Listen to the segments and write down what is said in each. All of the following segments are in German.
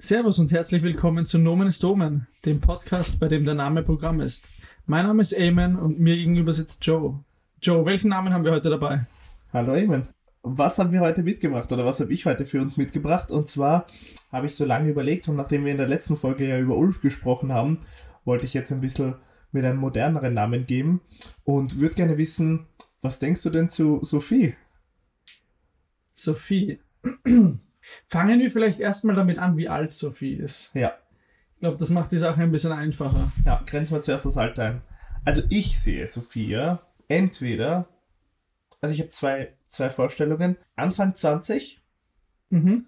Servus und herzlich willkommen zu Nomen ist Domen, dem Podcast, bei dem der Name Programm ist. Mein Name ist Eamon und mir gegenüber sitzt Joe. Joe, welchen Namen haben wir heute dabei? Hallo Eamon. Was haben wir heute mitgebracht oder was habe ich heute für uns mitgebracht? Und zwar habe ich so lange überlegt und nachdem wir in der letzten Folge ja über Ulf gesprochen haben, wollte ich jetzt ein bisschen mit einem moderneren Namen geben und würde gerne wissen, was denkst du denn zu Sophie? Sophie. Fangen wir vielleicht erstmal damit an, wie alt Sophie ist. Ja. Ich glaube, das macht die Sache ein bisschen einfacher. Ja, grenzen wir zuerst das Alter ein. Also ich sehe Sophia entweder, also ich habe zwei, zwei Vorstellungen, Anfang 20 Mhm.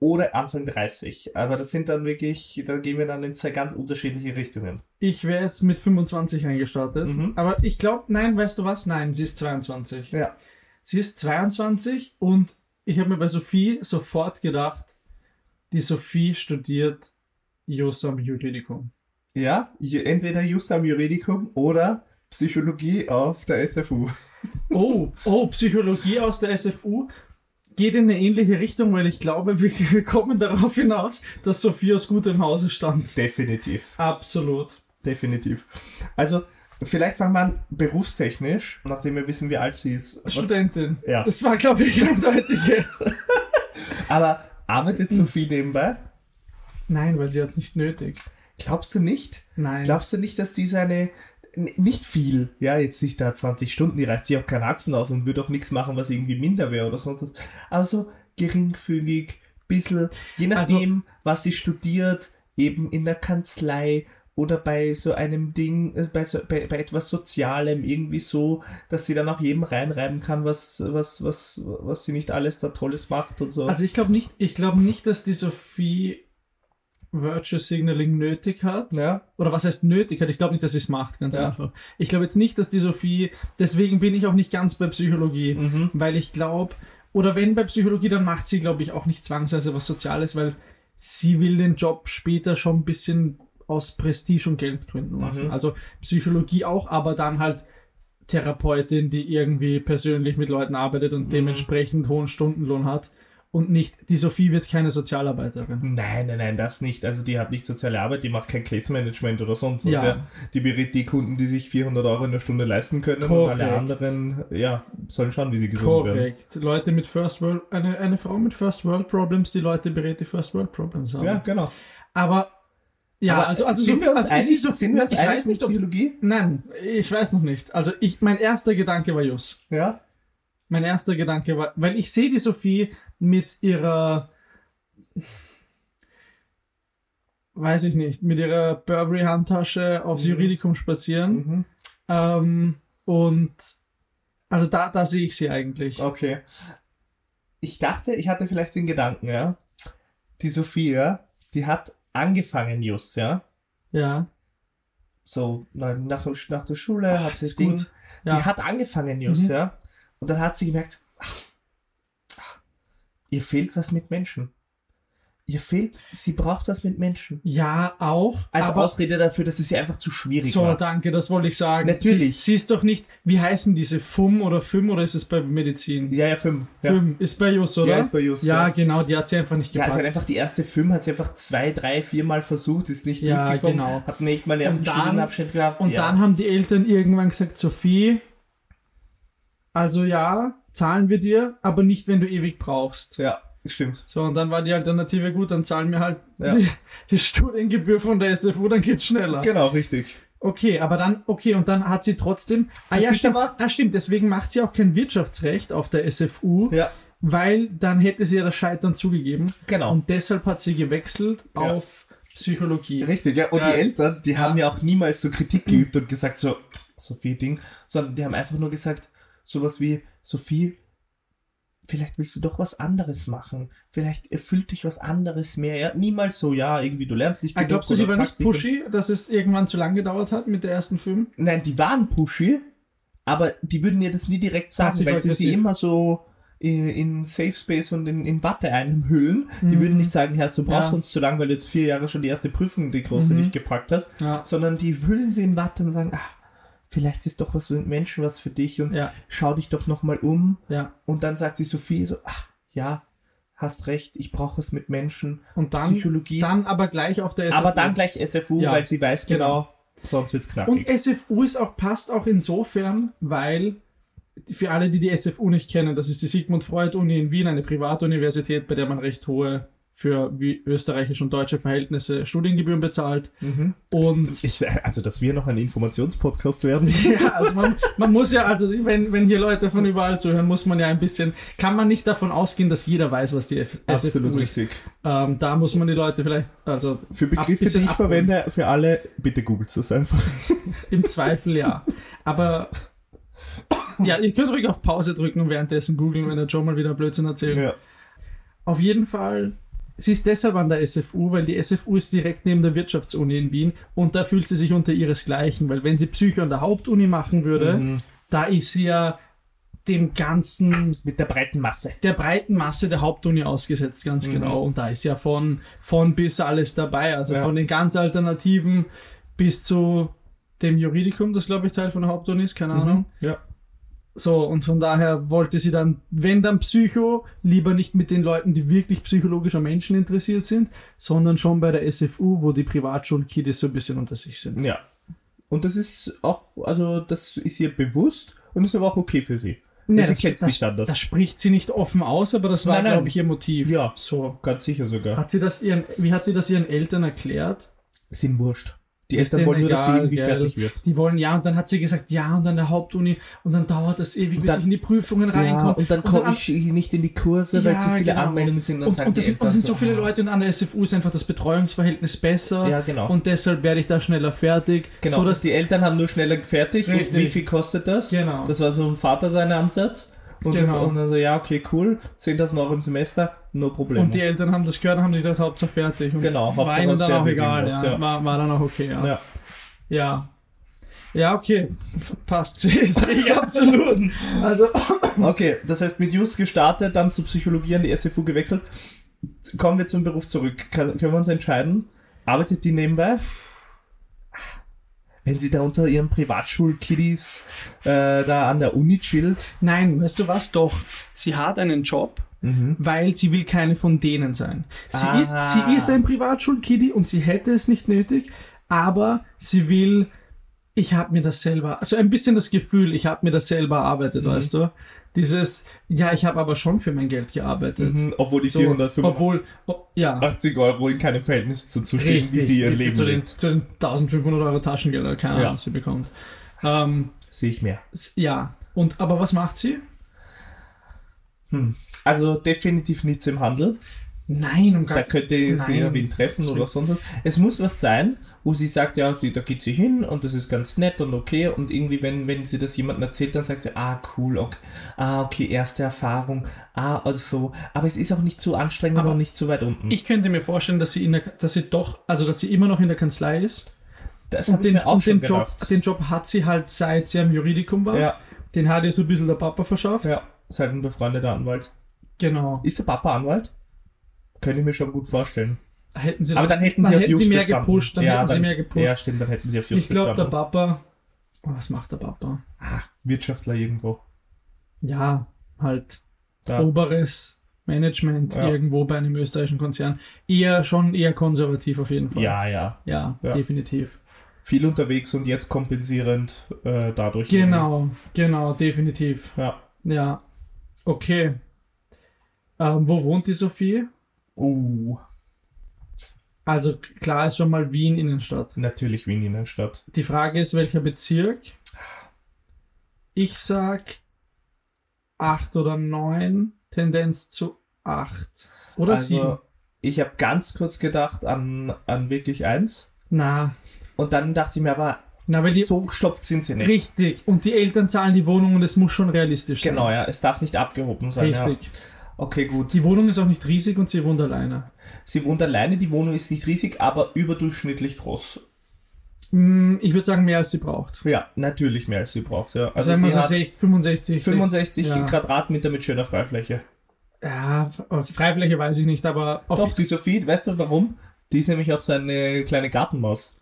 oder Anfang 30. Aber das sind dann wirklich, da gehen wir dann in zwei ganz unterschiedliche Richtungen. Ich wäre jetzt mit 25 eingestartet, Mhm. aber ich glaube, nein, weißt du was? Nein, sie ist 22. Ja. Sie ist 22 und ich habe mir bei Sophie sofort gedacht, die Sophie studiert Josam Juridikum. Ja, ju- entweder Jus am Juridicum oder Psychologie auf der SFU. Oh, oh, Psychologie aus der SFU geht in eine ähnliche Richtung, weil ich glaube, wir, wir kommen darauf hinaus, dass Sophie aus gutem Hause stammt. Definitiv. Absolut. Definitiv. Also, vielleicht fangen wir an berufstechnisch, nachdem wir wissen, wie alt sie ist. Was- Studentin. Ja. Das war, glaube ich, eindeutig jetzt. Aber arbeitet Sophie nebenbei? Nein, weil sie hat es nicht nötig. Glaubst du nicht? Nein. Glaubst du nicht, dass diese eine. n- Nicht viel, ja, jetzt nicht da 20 Stunden, die reißt sich auch keine Achsen aus und würde auch nichts machen, was irgendwie minder wäre oder sonst was. Also geringfügig, bisschen, je Also- nachdem, was sie studiert, eben in der Kanzlei oder bei so einem Ding, äh, bei, so, bei, bei etwas Sozialem, irgendwie so, dass sie dann auch jedem reinreiben kann, was, was, was, was sie nicht alles da Tolles macht und so. Also ich glaube nicht, ich glaube nicht, dass die Sophie Virtue Signaling nötig hat. ja, Oder was heißt nötig hat? Ich glaube nicht, dass sie es macht, ganz Ja. einfach. Ich glaube jetzt nicht, dass die Sophie, deswegen bin ich auch nicht ganz bei Psychologie, mhm. weil ich glaube, oder wenn bei Psychologie, dann macht sie, glaube ich, auch nicht zwangsweise was Soziales, weil sie will den Job später schon ein bisschen aus Prestige und Geldgründen machen. Mhm. Also Psychologie auch, aber dann halt Therapeutin, die irgendwie persönlich mit Leuten arbeitet und Mhm. dementsprechend hohen Stundenlohn hat. Und nicht, die Sophie wird keine Sozialarbeiterin. Nein, nein, nein, das nicht. Also die hat nicht soziale Arbeit, die macht kein Case-Management oder sonst was. Ja. Ja. Die berät die Kunden, die sich 400 Euro in der Stunde leisten können und alle Korrekt. anderen, ja, sollen schauen, wie sie gesund werden. Korrekt. Leute mit First World, eine, eine Frau mit First World Problems, die Leute berät, die First World Problems haben. Ja, genau. Aber ja, Aber also, also sind, so- wir uns also einig, ist sie so- sind wir uns ich einig weiß mit nicht, ob, Psychologie? Nein, ich weiß noch nicht. Also ich, mein erster Gedanke war Jus. Ja. Mein erster Gedanke war, weil ich sehe die Sophie mit ihrer, weiß ich nicht, mit ihrer Burberry-Handtasche aufs Mhm. Juridikum spazieren. Mhm. Ähm, und also da, da sehe ich sie eigentlich. Okay. Ich dachte, ich hatte vielleicht den Gedanken, ja. Die Sophia, die hat angefangen, Just, ja. Ja. So nach, nach nach der Schule hat sie ist Ding, gut. Ja. Die hat angefangen, Jus, Mhm. ja. Und dann hat sie gemerkt, ach, ach, ihr fehlt was mit Menschen. Ihr fehlt, sie braucht was mit Menschen. ja, auch. Als aber Ausrede dafür, dass es ihr einfach zu schwierig So, war. danke, das wollte ich sagen. Natürlich. Sie, sie ist doch nicht, wie heißen diese, FUM oder FIM oder ist es bei Medizin? Ja, ja, Film. Ja, FIM ist bei Jus, oder? ja ist bei Jus. ja, ja. genau, die hat sie einfach nicht ja gepackt. also einfach die erste Film hat sie einfach zwei, drei, viermal versucht, ist nicht Ja, durchgekommen, genau. hat nicht mal den Und ersten dann- Studienabschnitt gehabt. Und ja. dann haben die Eltern irgendwann gesagt, Sophie, also ja, zahlen wir dir, aber nicht, wenn du ewig brauchst. Ja, stimmt. So, und dann war die Alternative gut, dann zahlen wir halt Ja. die, die Studiengebühr von der SFU, dann geht's schneller. Genau, richtig. Okay, aber dann, okay, und dann hat sie trotzdem. Ah, Das ja, ist stimmt, aber- ah, stimmt, deswegen macht sie auch kein Wirtschaftsrecht auf der SFU, Ja, weil dann hätte sie ja das Scheitern zugegeben. genau. Und deshalb hat sie gewechselt Ja. auf Psychologie. Richtig, ja. Und Ja. die Eltern, die Ja. haben ja auch niemals so Kritik geübt und gesagt, so, Sophie Ding, sondern die haben einfach nur gesagt, sowas wie, Sophie, vielleicht willst du doch was anderes machen. Vielleicht erfüllt dich was anderes mehr. Ja, niemals so, ja, irgendwie, du lernst nicht Ah, glaubst du, oder sie war nicht packst genug. pushy, dass es irgendwann zu lang gedauert hat mit der ersten Film? Nein, die waren pushy, aber die würden ihr das nie direkt sagen, weil sie Passiv-aggressiv. sie immer so in, in Safe Space und in, in Watte einhüllen. Die Mhm. würden nicht sagen, Herr, du brauchst Ja. uns zu lang, weil du jetzt vier Jahre schon die erste Prüfung, die große, Mhm. nicht gepackt hast. Ja. sondern die hüllen sie in Watte und sagen, ach, vielleicht ist doch was mit Menschen was für dich und Ja, schau dich doch nochmal um. ja. Und dann sagt die Sophie so, ach, "Ah, ja, hast recht, ich brauche es mit Menschen, Und dann, Psychologie. dann aber gleich auf der aber SFU. dann gleich SFU, Ja, weil sie weiß genau, sonst wird es Und knackig. SFU ist auch, passt auch insofern, weil die- für alle, die die SFU nicht kennen, das ist die Sigmund Freud Uni in Wien, eine Privatuniversität, bei der man recht hohe für wie österreichische und deutsche Verhältnisse Studiengebühren bezahlt. Mhm. Und Ich, also, dass wir noch ein Informationspodcast werden. ja, also man, man muss ja, also wenn, wenn hier Leute von überall zuhören, muss man ja ein bisschen, kann man nicht davon ausgehen, dass jeder weiß, was die F Absolut SFU ist. richtig. Ähm, da muss man die Leute vielleicht, also Für Begriffe, bisschen die ich abholen. verwende, für alle, bitte googelt es einfach. Im Zweifel ja. Aber ja, ihr könnt ruhig auf Pause drücken und währenddessen googeln, wenn der Joe mal wieder Blödsinn erzählt. Ja. Auf jeden Fall, sie ist deshalb an der SFU, weil die SFU ist direkt neben der Wirtschaftsuni in Wien und da fühlt sie sich unter ihresgleichen, weil wenn sie Psycho an der Hauptuni machen würde, Mhm. da ist sie ja dem ganzen Mit der breiten Masse. der breiten Masse der Hauptuni ausgesetzt, ganz Mhm. genau. Und da ist ja von, von bis alles dabei. Also Ja. von den ganz Alternativen bis zu dem Juridikum, das glaube ich Teil von der Hauptuni ist, Mhm. keine Ahnung. Ja. So, und von daher wollte sie dann, wenn dann Psycho, lieber nicht mit den Leuten, die wirklich psychologisch am Menschen interessiert sind, sondern schon bei der SFU, wo die Privatschulkiddies so ein bisschen unter sich sind. ja. Und das ist auch, also, das ist ihr bewusst und ist aber auch okay für sie. Nee, sie das, kennt es das, nicht anders. das spricht sie nicht offen aus, aber das war, Nein, nein. glaube ich, ihr Motiv. Ja. So. Ganz sicher sogar. Hat sie das ihren, wie hat sie das ihren Eltern erklärt? Sind wurscht. Die Ist Eltern denen wollen nur, dass sie egal, irgendwie gell. fertig wird. Die wollen ja, und dann hat sie gesagt, ja, und dann der Hauptuni, und dann dauert das ewig, Und bis dann- ich in die Prüfungen reinkomme. und dann Und dann komme ich nicht in die Kurse, weil Ja, zu viele genau. Anmeldungen sind. Dann Und, sagen und, das die sind, und das sind Eltern so viele ah. Leute, und an der SFU ist einfach das Betreuungsverhältnis besser, Ja, genau. und deshalb werde ich da schneller fertig. Genau, So, dass die Eltern haben nur schneller fertig Richtig. und wie viel kostet das? Genau. Das war so ein Vater sein Ansatz. Und, Genau. und dann so, ja, okay, cool, 10.000 Euro im Semester, no problem. und die Eltern haben das gehört und haben sich gedacht, Hauptsache fertig. Und Genau, war Hauptsache, ihnen was dann der auch will, egal, was, ja. ja. War, war dann auch okay, ja. Ja, ja. ja. okay, passt. Sehe ich absolut. Also, Okay, das heißt mit Just gestartet, dann zur Psychologie an die SFU gewechselt. Kommen wir zum Beruf zurück. Kann, können wir uns entscheiden? Arbeitet die nebenbei? Wenn sie da unter ihren Privatschulkiddies äh, da an der Uni chillt. nein, weißt du was doch? Sie hat einen Job, weil sie will keine von denen sein. Sie, Ah. ist, sie ist ein Privatschulkiddy und sie hätte es nicht nötig, aber sie will, ich habe mir das selber, also ein bisschen das Gefühl, ich habe mir das selber Mhm. erarbeitet, weißt du? Dieses, ja, ich habe aber schon für mein Geld gearbeitet. Mhm, Obwohl die So, 485 obwohl, ob- ja, Euro in keinem Verhältnis dazu stehen, wie sie ihr Leben zu, den, lebt. zu den 1500 Euro Taschengeld, oder keine Ja. Ahnung, was sie bekommt. Ähm, Sehe ich mehr. s- ja, und aber was macht sie? Hm. Also definitiv nichts im Handel. Nein, um Da gar könnte es Nein. wieder wen treffen oder sonst was. Es muss was sein, wo sie sagt, ja, sie, da geht sie hin und das ist ganz nett und okay. Und irgendwie, wenn, wenn sie das jemandem erzählt, dann sagt sie, ah, cool, okay, ah, okay, erste Erfahrung, ah, also so. Aber es ist auch nicht zu anstrengend, Aber aber nicht zu weit unten. Ich könnte mir vorstellen, dass sie, in der, dass sie doch, also dass sie immer noch in der Kanzlei ist. das Und habe ich den, mir auch und den, schon Job, gedacht. den Job hat sie halt seit sie am Juridikum war. Ja, Den hat ihr so ein bisschen der Papa verschafft. ja, ist halt ein befreundeter Anwalt. Genau. Ist der Papa Anwalt? Könnte ich mir schon gut vorstellen. Hätten sie Aber dann hätten sie auf hätten Just sie mehr bestanden. gepusht. Dann ja, hätten dann, sie mehr gepusht. Ja, stimmt, dann hätten sie auf Just ich glaube, der bestanden. Papa. Oh, was macht der Papa? Wirtschaftler irgendwo. Ja, halt Da. oberes Management Ja. irgendwo bei einem österreichischen Konzern. Eher schon eher konservativ auf jeden Fall. Ja, ja. Ja, Ja. definitiv. viel unterwegs und jetzt kompensierend äh, dadurch. Genau, genau, definitiv. Ja. Ja, okay. Ähm, wo wohnt die Sophie? Oh, Also klar ist schon mal Wien Innenstadt. natürlich Wien Innenstadt. Die Frage ist, welcher Bezirk? Ich sag 8 oder 9, Tendenz zu 8 oder also, 7. ich habe ganz kurz gedacht an, an wirklich eins. Na, Und dann dachte ich mir aber, na, weil die so gestopft sind sie nicht. richtig und die Eltern zahlen die Wohnung und es muss schon realistisch sein. Genau, ja, es darf nicht abgehoben sein. Richtig. Ja. Okay, gut. Die Wohnung ist auch nicht riesig und sie wohnt alleine. Sie wohnt alleine, die Wohnung ist nicht riesig, aber überdurchschnittlich groß. Hm, Ich würde sagen, mehr als sie braucht. Ja, natürlich mehr als sie braucht. Ja. Also Also, sagen wir die so hat 60, 65, 65 ja. Quadratmeter mit schöner Freifläche. Ja, okay, Freifläche weiß ich nicht, aber auf Doch, die Sophie, weißt du warum? Die ist nämlich auch so eine kleine Gartenmaus.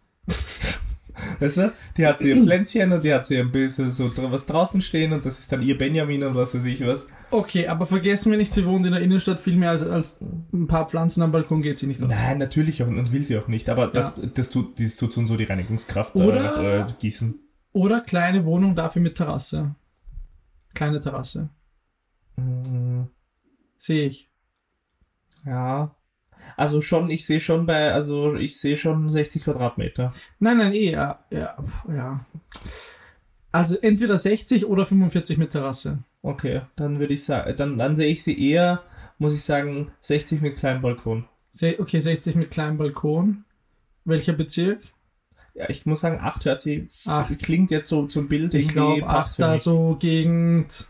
Weißt du? Die hat sie ihr Pflänzchen und die hat sie ein bisschen so dr- was draußen stehen und das ist dann ihr Benjamin und was weiß ich was. Okay, aber vergessen wir nicht, sie wohnt in der Innenstadt viel mehr als, als ein paar Pflanzen am Balkon geht sie nicht aus. Nein, natürlich auch und will sie auch nicht, aber das, das tut das tut so und so die Reinigungskraft Oder- äh, äh, gießen. Oder kleine Wohnung dafür mit Terrasse. Kleine Terrasse. Mm, Sehe ich. Ja. Also schon, ich sehe schon bei, also ich sehe schon 60 Quadratmeter. Nein, nein, eh, ja, ja, ja. Also entweder 60 oder 45 mit Terrasse. Okay, dann würde ich sagen, dann, dann sehe ich sie eher, muss ich sagen, 60 mit kleinem Balkon. Se okay, 60 mit kleinem Balkon. Welcher Bezirk? Ja, ich muss sagen, 8 hört sie, Acht. klingt jetzt so zum Bild Ich glaube, Achter so Gegend.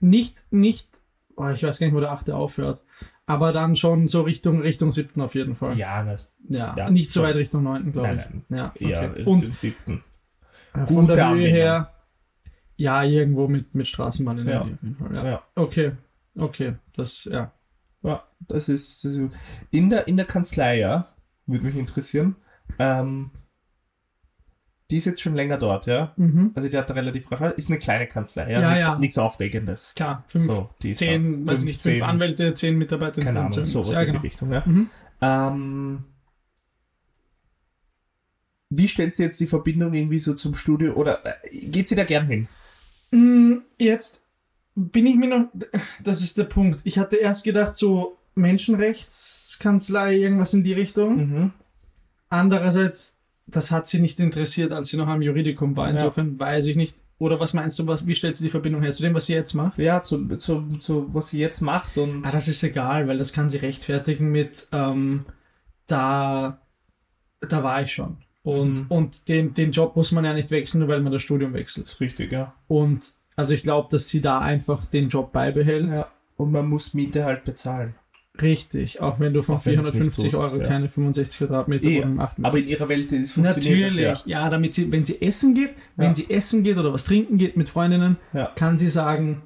Nicht, nicht, oh, ich weiß gar nicht, wo der Achte aufhört. Aber dann schon so Richtung Richtung siebten auf jeden Fall. Ja, das, Ja, Ja, nicht so schon. weit Richtung neunten, glaube ich. nein, Ja, nein, eher okay. und Und im siebten. äh, von gute der Höhe Anbindung. her, ja, irgendwo mit, mit Straßenbahn in der Ja. Nähe auf jeden Fall. Ja. Ja. Okay, okay, das, ja. Ja, das ist, das ist gut. In der, in der Kanzlei, ja, würde mich interessieren. Ähm, die ist jetzt schon länger dort, ja. Mhm. Also die hat da relativ rasch, ist eine kleine Kanzlei, ja, Ja, nichts, ja. nichts Aufregendes. Klar, fünf, so, die ist zehn, was, weiß nicht, fünf 15, Anwälte, zehn Mitarbeiter. keine insgesamt, Ahnung, so sowas irgendwas. ja, in die genau. Richtung, ja. Mhm. Ähm, wie stellt sie jetzt die Verbindung irgendwie so zum Studio oder äh, geht sie da gern hin? Mm, Jetzt bin ich mir noch. Das ist der Punkt. Ich hatte erst gedacht, so Menschenrechtskanzlei, irgendwas in die Richtung. Mhm. Andererseits, das hat sie nicht interessiert, als sie noch am Juridikum war. Ja. Insofern weiß ich nicht. Oder was meinst du, was, wie stellst du die Verbindung her zu dem, was sie jetzt macht? Ja, zu, zu, zu, was sie jetzt macht und Ah, das ist egal, weil das kann sie rechtfertigen mit, ähm, da, da war ich schon. Und, Mhm. und den, den Job muss man ja nicht wechseln, nur weil man das Studium wechselt. ist richtig, ja. Und also ich glaube, dass sie da einfach den Job beibehält. ja. Und man muss Miete halt bezahlen. Richtig, auch wenn du von Auch wenn du's nicht 450 tust, Euro ja. keine 65 Quadratmeter Eh, oder 28. Aber in ihrer Welt ist funktioniert Natürlich, das ja. damit sie, wenn sie essen geht, wenn sie essen geht oder was trinken geht mit Freundinnen, Ja. kann sie sagen,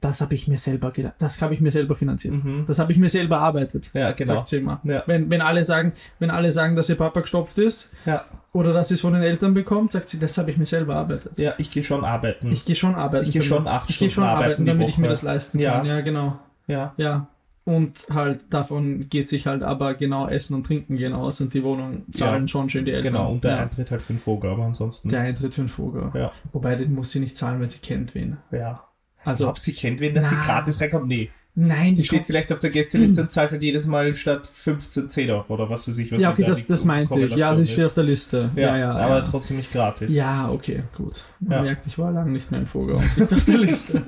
das habe ich mir selber gedacht, das habe ich mir selber ja. finanziert, Mhm. das habe ich mir selber erarbeitet, Ja, genau. sagt sie immer. Ja. Wenn, wenn, alle sagen, wenn alle sagen, dass ihr Papa gestopft ist Ja, oder dass sie es von den Eltern bekommt, sagt sie, das habe ich mir selber erarbeitet. ja, ich gehe schon arbeiten. Ich gehe schon arbeiten. Ich gehe für schon mich. acht ich gehe Stunden schon arbeiten arbeiten, die damit ich mir Woche. das leisten Ja. kann. Ja, genau. ja. Ja. Und halt davon geht sich halt aber genau Essen und Trinken gehen aus und die Wohnung zahlen Ja. schon schön die Eltern. Genau, und der ja. Eintritt halt für den Vogel, aber ansonsten. der Eintritt für den Vogel. Ja. Wobei, den muss sie nicht zahlen, weil sie kennt wen. ja. Also, Also, ob sie kennt, wen, dass sie Na. gratis reinkommt? Nee. nein, Die die steht kommt, vielleicht auf der Gästeliste und zahlt halt jedes Mal statt 15 Zehner oder was weiß ich. also Was Ja, mit okay, der das, das Ko- meinte ich. Ja, sie steht auf Korrelation der Liste. ist. Ja, ja. ja aber ja. trotzdem nicht gratis. Ja, okay, gut. Man Ja. merkt, ich war lange nicht mehr im Vogel. Ich auf der Liste.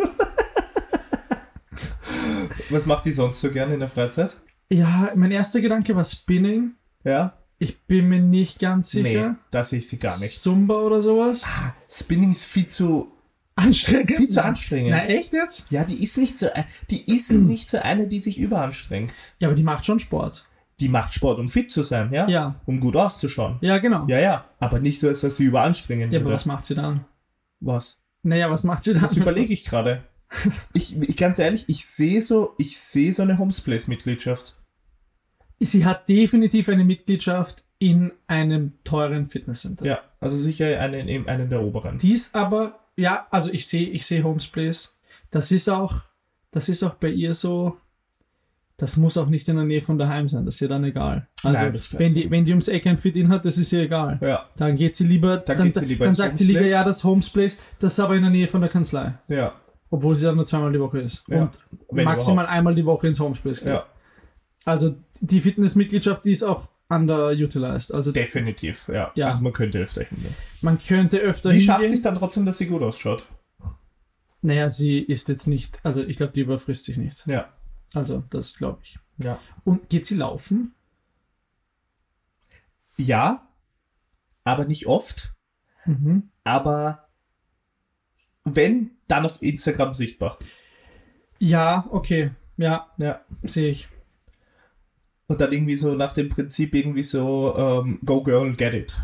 Was macht die sonst so gerne in der Freizeit? Ja, mein erster Gedanke war Spinning. Ja? Ich bin mir nicht ganz sicher. Nee, da sehe ich sie gar nicht. Zumba oder sowas. Spinning ist viel zu, Anstrengend. viel zu anstrengend. Na, echt jetzt? Ja, die ist nicht so, ein- die ist nicht so eine, die sich überanstrengt. Ja, aber die macht schon Sport. Die macht Sport, um fit zu sein, ja? Ja, Um gut auszuschauen. ja, genau. Ja, ja, aber nicht so, als dass sie überanstrengen Ja, aber würde. was macht sie dann? was? Naja, was macht sie dann? Das überlege ich gerade. Ich, ich, ganz ehrlich, ich sehe so, ich sehe so eine Homesplace-Mitgliedschaft. Sie hat definitiv eine Mitgliedschaft in einem teuren Fitnesscenter. Ja, also sicher einen, eben einen der oberen. Die ist aber, ja, also ich sehe, ich sehe Homes Place. Das ist auch, das ist auch bei ihr so, das muss auch nicht in der Nähe von daheim sein, das ist ihr dann egal. Also, Nein, das ist wenn, klar. die, wenn die ums Eck ein Fit-In hat, das ist ihr egal. Ja, Dann geht sie lieber, Dann dann, geht sie lieber dann ins sagt Homes sie lieber, Place. ja, das Homes Place, das ist aber in der Nähe von der Kanzlei. ja. Obwohl sie dann nur zweimal die Woche ist. Ja, und wenn maximal überhaupt. einmal die Woche ins Homes Place geht. Ja, Also die Fitnessmitgliedschaft die ist auch underutilized. Also definitiv, ja. Ja. Also man könnte öfter hingehen. man könnte öfter Wie schafft sie es hingehen. dann trotzdem, dass sie gut ausschaut? Naja, sie ist jetzt nicht, also ich glaube, die überfrisst sich nicht. Ja. Also das glaube ich. Ja. Und geht sie laufen? Ja, aber nicht oft. Mhm. Aber wenn, dann auf Instagram sichtbar. Ja, okay. Ja, Ja. sehe ich. Und dann irgendwie so nach dem Prinzip irgendwie so, ähm, go girl, get it.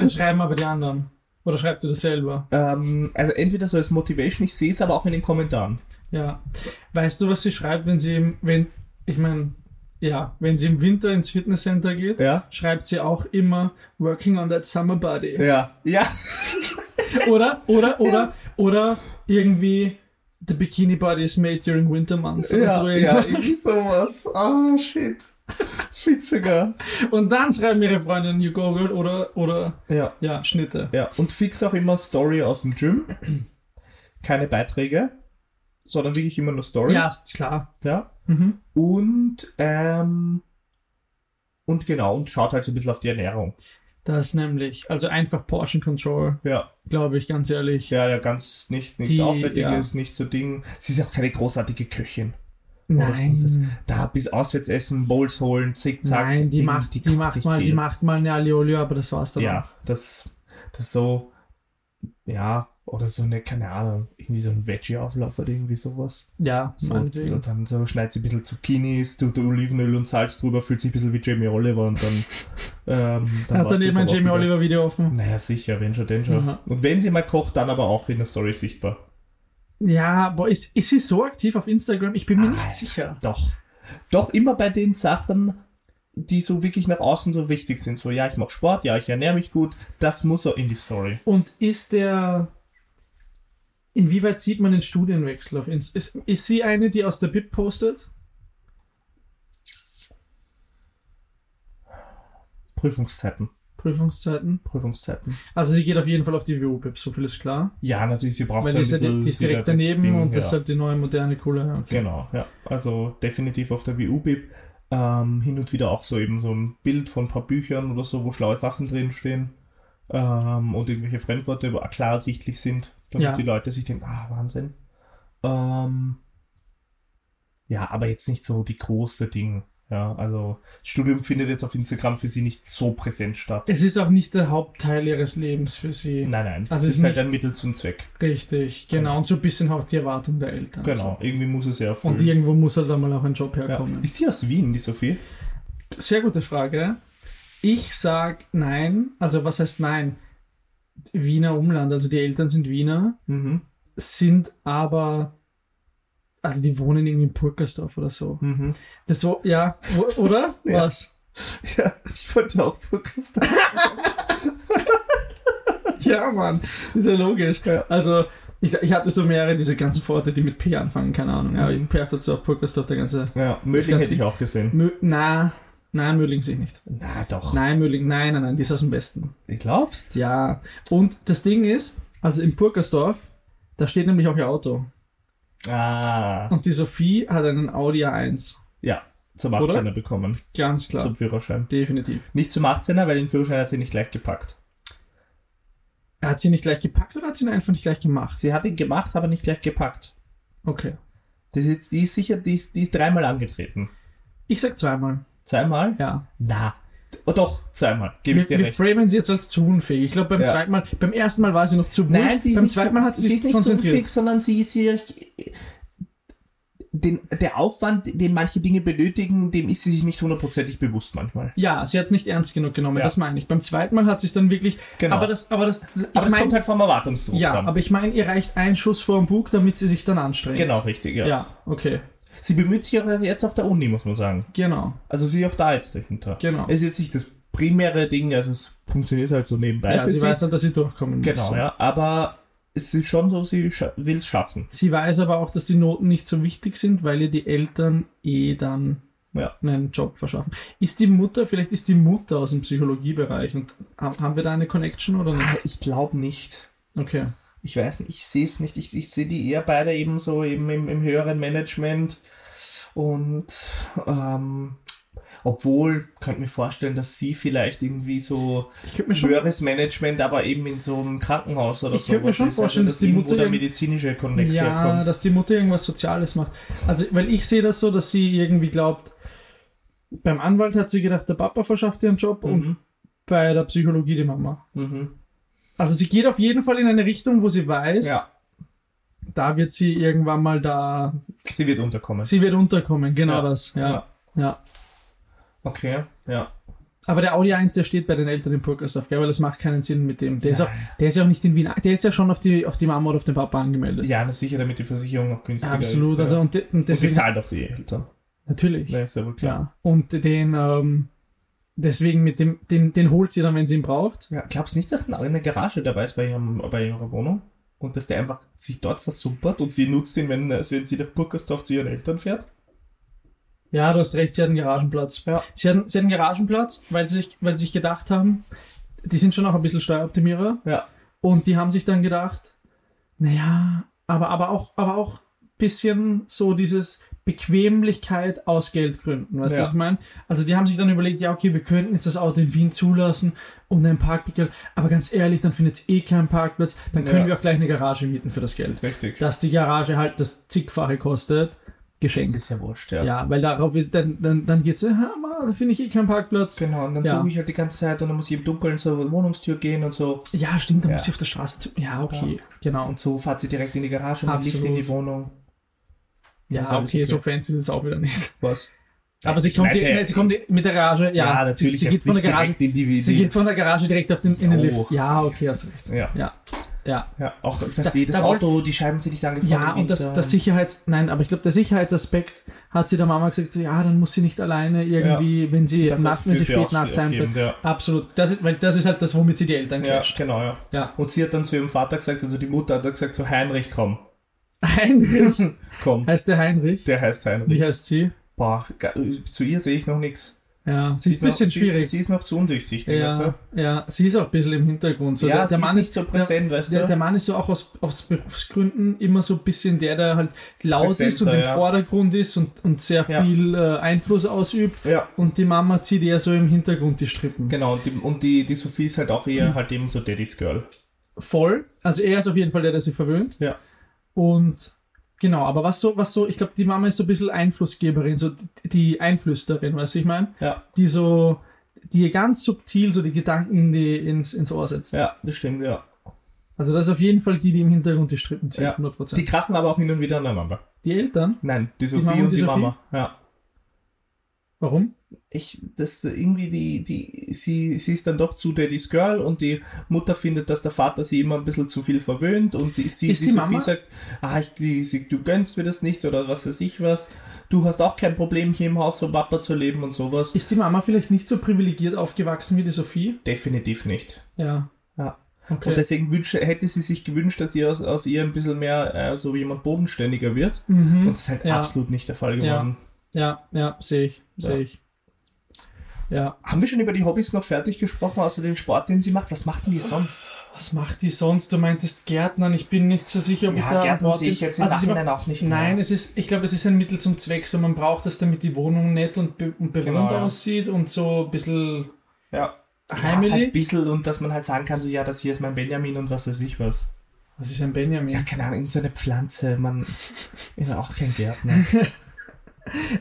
Dann schreiben aber die anderen. Oder schreibt sie das selber? Ähm, also entweder so als Motivation, ich sehe es aber auch in den Kommentaren. Ja. Weißt du, was sie schreibt, wenn sie, wenn, ich meine, ja, wenn sie im Winter ins Fitnesscenter geht, Ja. schreibt sie auch immer Working on that summer body. Ja. Ja. Oder, oder, oder, oder irgendwie The Bikini Body is made during winter months. Oder so Ja, ja, irgendwas. ich sowas. Ah, shit. Schwitziger. Und dann schreiben ihre Freundin You Go Girl oder, oder, Ja. ja, Schnitte. Ja. Und fix auch immer Story aus dem Gym. Keine Beiträge, sondern wirklich immer nur Story. Ja, ist klar. ja. Mhm. Und, ähm, und genau, und schaut halt so ein bisschen auf die Ernährung. Das nämlich, also einfach Portion Control, Ja. glaube ich, ganz ehrlich. Ja, ja, ganz nicht, nichts Die, Aufwendiges, nicht so Ding. Sie ist ja auch keine großartige Köchin. Oder Nein, sonst was. Da bis auswärts essen, Bowls holen, zickzack. nein, die, Ding, macht, die, kocht macht nicht mal, die viel. macht mal eine Alioli, aber das war's dann. Ja, das, das so, ja, oder so eine, keine Ahnung, irgendwie so ein Veggie-Auflauf oder irgendwie sowas. ja So, meinetwegen. und dann so schneidet sie ein bisschen Zucchinis, tut Olivenöl und Salz drüber, fühlt sich ein bisschen wie Jamie Oliver und dann. Ähm, Hat dann war's dann das eben ein aber auch Jamie wieder. Oliver Video offen. Naja, sicher, wenn schon, denn schon. Mhm. Und wenn sie mal kocht, dann aber auch in der Story sichtbar. Ja, boah, ist, ist sie so aktiv auf Instagram? Ich bin mir Ah. nicht sicher. Doch. Doch immer bei den Sachen, die so wirklich nach außen so wichtig sind. So, ja, ich mache Sport, ja, ich ernähre mich gut. Das muss auch in die Story. Und ist der. Inwieweit sieht man den Studienwechsel auf Insta? Ist, ist sie eine, die aus der Bib postet? Prüfungszeiten. Prüfungszeiten. Prüfungszeiten. Also sie geht auf jeden Fall auf die WU-Bib, so viel ist klar. Ja, natürlich, sie braucht Weil so die ein ist, ja, bisschen... die, die ist wieder direkt das daneben Ding, und ja. deshalb die neue, moderne, coole. ja, Okay. Genau, ja. Also definitiv auf der WU-Bib. Ähm, hin und wieder auch so eben so ein Bild von ein paar Büchern oder so, wo schlaue Sachen drinstehen ähm, und irgendwelche Fremdworte aber klar sichtlich sind, damit Ja. die Leute sich denken, ah, Wahnsinn. Ähm, ja, aber jetzt nicht so die große Dinge. Ja, also das Studium findet jetzt auf Instagram für sie nicht so präsent statt. Es ist auch nicht der Hauptteil ihres Lebens für sie. Nein, nein, das Also ist ist halt nicht- ein Mittel zum Zweck. Richtig, genau. Und so ein bisschen auch die Erwartung der Eltern. Genau, irgendwie muss es ja So. Und erfüllen. irgendwo muss halt dann mal auch ein Job Ja. herkommen. Ist die aus Wien, die Sophie? Sehr gute Frage. Ich sag nein. Also was heißt nein? Wiener Umland, also die Eltern sind Wiener, Mhm. sind aber, also die wohnen irgendwie in Purkersdorf oder so. Mhm. Das wo, ja, wo, oder? Ja. Was? Ja, ich wollte auch Burgers Ja, Mann. Ist ja logisch. Ja. Also ich, ich hatte so mehrere diese ganzen Worte, die mit P anfangen, keine Ahnung. Aber Mhm. Perchtelsdorf, Purkersdorf, der ganze. Ja, Mödling ganz hätte ich auch gesehen. Mö, na, nein, Mödling sehe ich nicht. Na doch. Nein, Mödling, nein, nein, nein, die ist aus dem Westen. Ich glaubst? Ja, und das Ding ist, also in Purkersdorf, da steht nämlich auch ihr Auto. Ah. Und die Sophie hat einen Audi A1. Ja, zum Oder? 18er bekommen. Ganz klar. Zum Führerschein. Definitiv. Nicht zum 18er, weil den Führerschein hat sie nicht gleich gepackt. Hat sie nicht gleich gepackt oder hat sie ihn einfach nicht gleich gemacht? Sie hat ihn gemacht, aber nicht gleich gepackt. Okay. Das ist, die ist sicher, die ist, die ist dreimal angetreten. Ich sag zweimal. Zweimal? Ja. Na. Oh, doch, zweimal. Gebe ich Wir, dir wir recht. framen sie jetzt als zu unfähig. Ich glaube, beim Ja. zweiten Mal, beim ersten Mal war sie noch zu wurscht, Nein, sie ist beim nicht, zweiten Mal hat sie, sie sich ist nicht so konzentriert. unfähig, sondern sie ist ihr. Den, der Aufwand, den manche Dinge benötigen, dem ist sie sich nicht hundertprozentig bewusst manchmal. ja, sie hat es nicht ernst genug genommen, Ja. das meine ich. Beim zweiten Mal hat sie es dann wirklich. Genau. Aber das, aber das, ich Aber es mein- kommt halt vom Erwartungsdruck ja, dann. aber ich meine, ihr reicht ein Schuss vor dem Bug, damit sie sich dann anstrengt. Genau, richtig, ja. Ja, okay. Sie bemüht sich auch jetzt auf der Uni, muss man sagen. Genau. Also sie ist auch da jetzt dahinter. Genau. Es ist jetzt nicht das primäre Ding, also es funktioniert halt so nebenbei. Ja, für sie weiß halt, dass sie durchkommen muss. genau, ja. Aber es ist schon so, sie will es schaffen. Sie weiß aber auch, dass die Noten nicht so wichtig sind, weil ihr die Eltern eh dann Ja. einen Job verschaffen. Ist die Mutter, vielleicht ist die Mutter aus dem Psychologiebereich und ha- haben wir da eine Connection oder nicht? Also Ich glaube nicht. Okay. Ich weiß nicht, ich sehe es nicht. Ich, ich sehe die eher beide eben so eben im, im höheren Management. Und ähm, obwohl, könnte mir vorstellen, dass sie vielleicht irgendwie so Ich könnte mir schon, höheres Management, aber eben in so einem Krankenhaus oder Ich so. könnte mir schon vorstellen, dass die Mutter der irgend- medizinische Konnex ja, herkommt. dass die Mutter irgendwas Soziales macht. Also, weil ich sehe das so, dass sie irgendwie glaubt, beim Anwalt hat sie gedacht, der Papa verschafft ihr einen Job und Mhm. bei der Psychologie die Mama. Mhm. Also sie geht auf jeden Fall in eine Richtung, wo sie weiß, Ja, da wird sie irgendwann mal da sie wird unterkommen. Sie wird unterkommen, genau Ja. das. Ja. ja. Okay, ja. Aber der Audi 1, der steht bei den Eltern in Purkersdorf, gell? weil das macht keinen Sinn mit dem. Der, ist, auch, Nein. der ist ja auch nicht in Wien. Der ist ja schon auf die, auf die Mama oder auf den Papa angemeldet. Ja, das ist sicher, damit die Versicherung noch günstiger Absolut. ist. also ja. und, de- und und die deswegen, zahlen doch die Eltern. Natürlich. Ja, ist ja wohl klar. Ja. Und den, ähm, deswegen mit dem, den, den holt sie dann, wenn sie ihn braucht. Ja. Glaubst du nicht, dass eine Garage dabei ist bei, ihrem, bei ihrer Wohnung? Und dass der einfach sich dort versumpert und sie nutzt ihn, wenn, als wenn sie nach Burgersdorf zu ihren Eltern fährt? Ja, du hast recht, sie hat einen Garagenplatz. Ja. Sie, hat, sie hat einen Garagenplatz, weil sie, sich, weil sie sich gedacht haben, die sind schon auch ein bisschen Steueroptimierer. Ja. Und die haben sich dann gedacht, naja, aber, aber auch aber auch bisschen so dieses Bequemlichkeit aus Geldgründen, weißt du, Ja. was ich meine? Also die haben sich dann überlegt, ja, okay, wir könnten jetzt das Auto in Wien zulassen um einen Parkplatz, aber ganz ehrlich, dann findet es eh keinen Parkplatz, dann können Ja. wir auch gleich eine Garage mieten für das Geld. Richtig. Dass die Garage halt das zigfache kostet, geschenkt. ist ja wurscht, ja. Ja, weil darauf ist, dann, dann, dann geht's, ja, ma, da finde ich eh keinen Parkplatz. Genau, und dann Ja. suche ich halt die ganze Zeit und dann muss ich im Dunkeln zur Wohnungstür gehen und so. Ja, stimmt, da Ja. muss ich auf der Straße zu. Ja, okay, genau. Und so fährt sie direkt in die Garage und Absolut. Lift in die Wohnung. Ja, Das ist alles okay, okay. so fancy ist es auch wieder nicht. Was? Aber sie kommt, Nein, direkt, äh, nein, sie kommt di- mit der Garage. Ja, Ja, natürlich Sie, sie geht jetzt von der nicht Garage. direkt in die, Sie die geht von der Garage direkt auf den, in den Oh. Lift. Ja, okay, hast recht. ja. Ja, ja. ja, auch Da- fast jedes da wollt- Auto, die Scheiben sind nicht angefangen. Ja, und das, das Sicherheits... Nein, aber ich glaube, der Sicherheitsaspekt hat sie der Mama gesagt, so, ja, dann muss sie nicht alleine irgendwie, wenn sie, nacht, wenn sie spät nachts heimfährt. Ja. Absolut. Das ist, weil das ist halt das, womit sie die Eltern ja, catcht. genau, ja. Ja. Und sie hat dann zu ihrem Vater gesagt, also die Mutter hat dann gesagt, zu Heinrich, komm, Heinrich. komm. heißt der Heinrich? Der heißt Heinrich. Wie heißt sie? Boah, ga- zu ihr sehe ich noch nichts. Ja, sie ist ein bisschen noch, Sie schwierig. ist, sie ist noch zu undurchsichtig, weißt ja, du? ja, sie ist auch ein bisschen im Hintergrund. So, ja, der, sie der Mann ist nicht so präsent, weißt Der, du? der Mann ist so auch aus, aus Berufsgründen immer so ein bisschen der, der halt laut ist und Präsenter, im ja. Vordergrund ist und, und sehr Ja. viel äh, Einfluss ausübt. ja, Und die Mama zieht eher so im Hintergrund die Strippen. genau. Und die, und die, die Sophie ist halt auch eher halt eben so Daddy's Girl. Voll. Also er ist auf jeden Fall der, der sie verwöhnt. Ja. Und genau, aber was so, was so, ich glaube, die Mama ist so ein bisschen Einflussgeberin, so die- die Einflüsterin, weißt du, ich meine? Ja. Die so, die ihr ganz subtil so die Gedanken in die ins, ins Ohr setzt. Ja, das stimmt, ja. Also das ist auf jeden Fall die, die im Hintergrund die Strippen zieht, Ja. 100%. Die krachen aber auch hin und wieder aneinander. die Eltern, Nein, die Sophie Mama und und die die Sophie? Mama. Ja. warum? Ich, das irgendwie die, die, sie, sie ist dann doch zu Daddy's Girl und die Mutter findet, dass der Vater sie immer ein bisschen zu viel verwöhnt und die, sie, Ist die, die Sophie Mama- sagt, ah, ich, die, sie, du gönnst mir das nicht oder was weiß ich was. Du hast auch kein Problem, hier im Haus von Papa zu leben und sowas. Ist die Mama vielleicht nicht so privilegiert aufgewachsen wie die Sophie? Definitiv nicht. Ja. Ja. Okay. Und deswegen wünsche, hätte sie sich gewünscht, dass ihr aus, aus ihr ein bisschen mehr äh, so jemand bodenständiger wird. Und mhm. das ist halt Ja. absolut nicht der Fall Ja. geworden. Ja, ja, sehe ich, sehe Ja. ich. Ja, Haben wir schon über die Hobbys noch fertig gesprochen, außer den Sport, den sie macht? Was macht denn die sonst? was macht die sonst? Du meintest Gärtnern, ich bin nicht so sicher, ob ich da... Gärtner Wort- Also sie macht- auch nicht. Nein, mehr. es ist, ich glaube, es ist ein Mittel zum Zweck, so man braucht das, damit die Wohnung nett und, be und bewohnt Genau, ja. aussieht und so ein bisschen Ja. ja, heimelig. halt ein bisschen und dass man halt sagen kann, so, ja, das hier ist mein Benjamin und was weiß ich was. was ist ein Benjamin? Ja, keine Ahnung, irgendeine Pflanze, man ist auch kein Gärtner.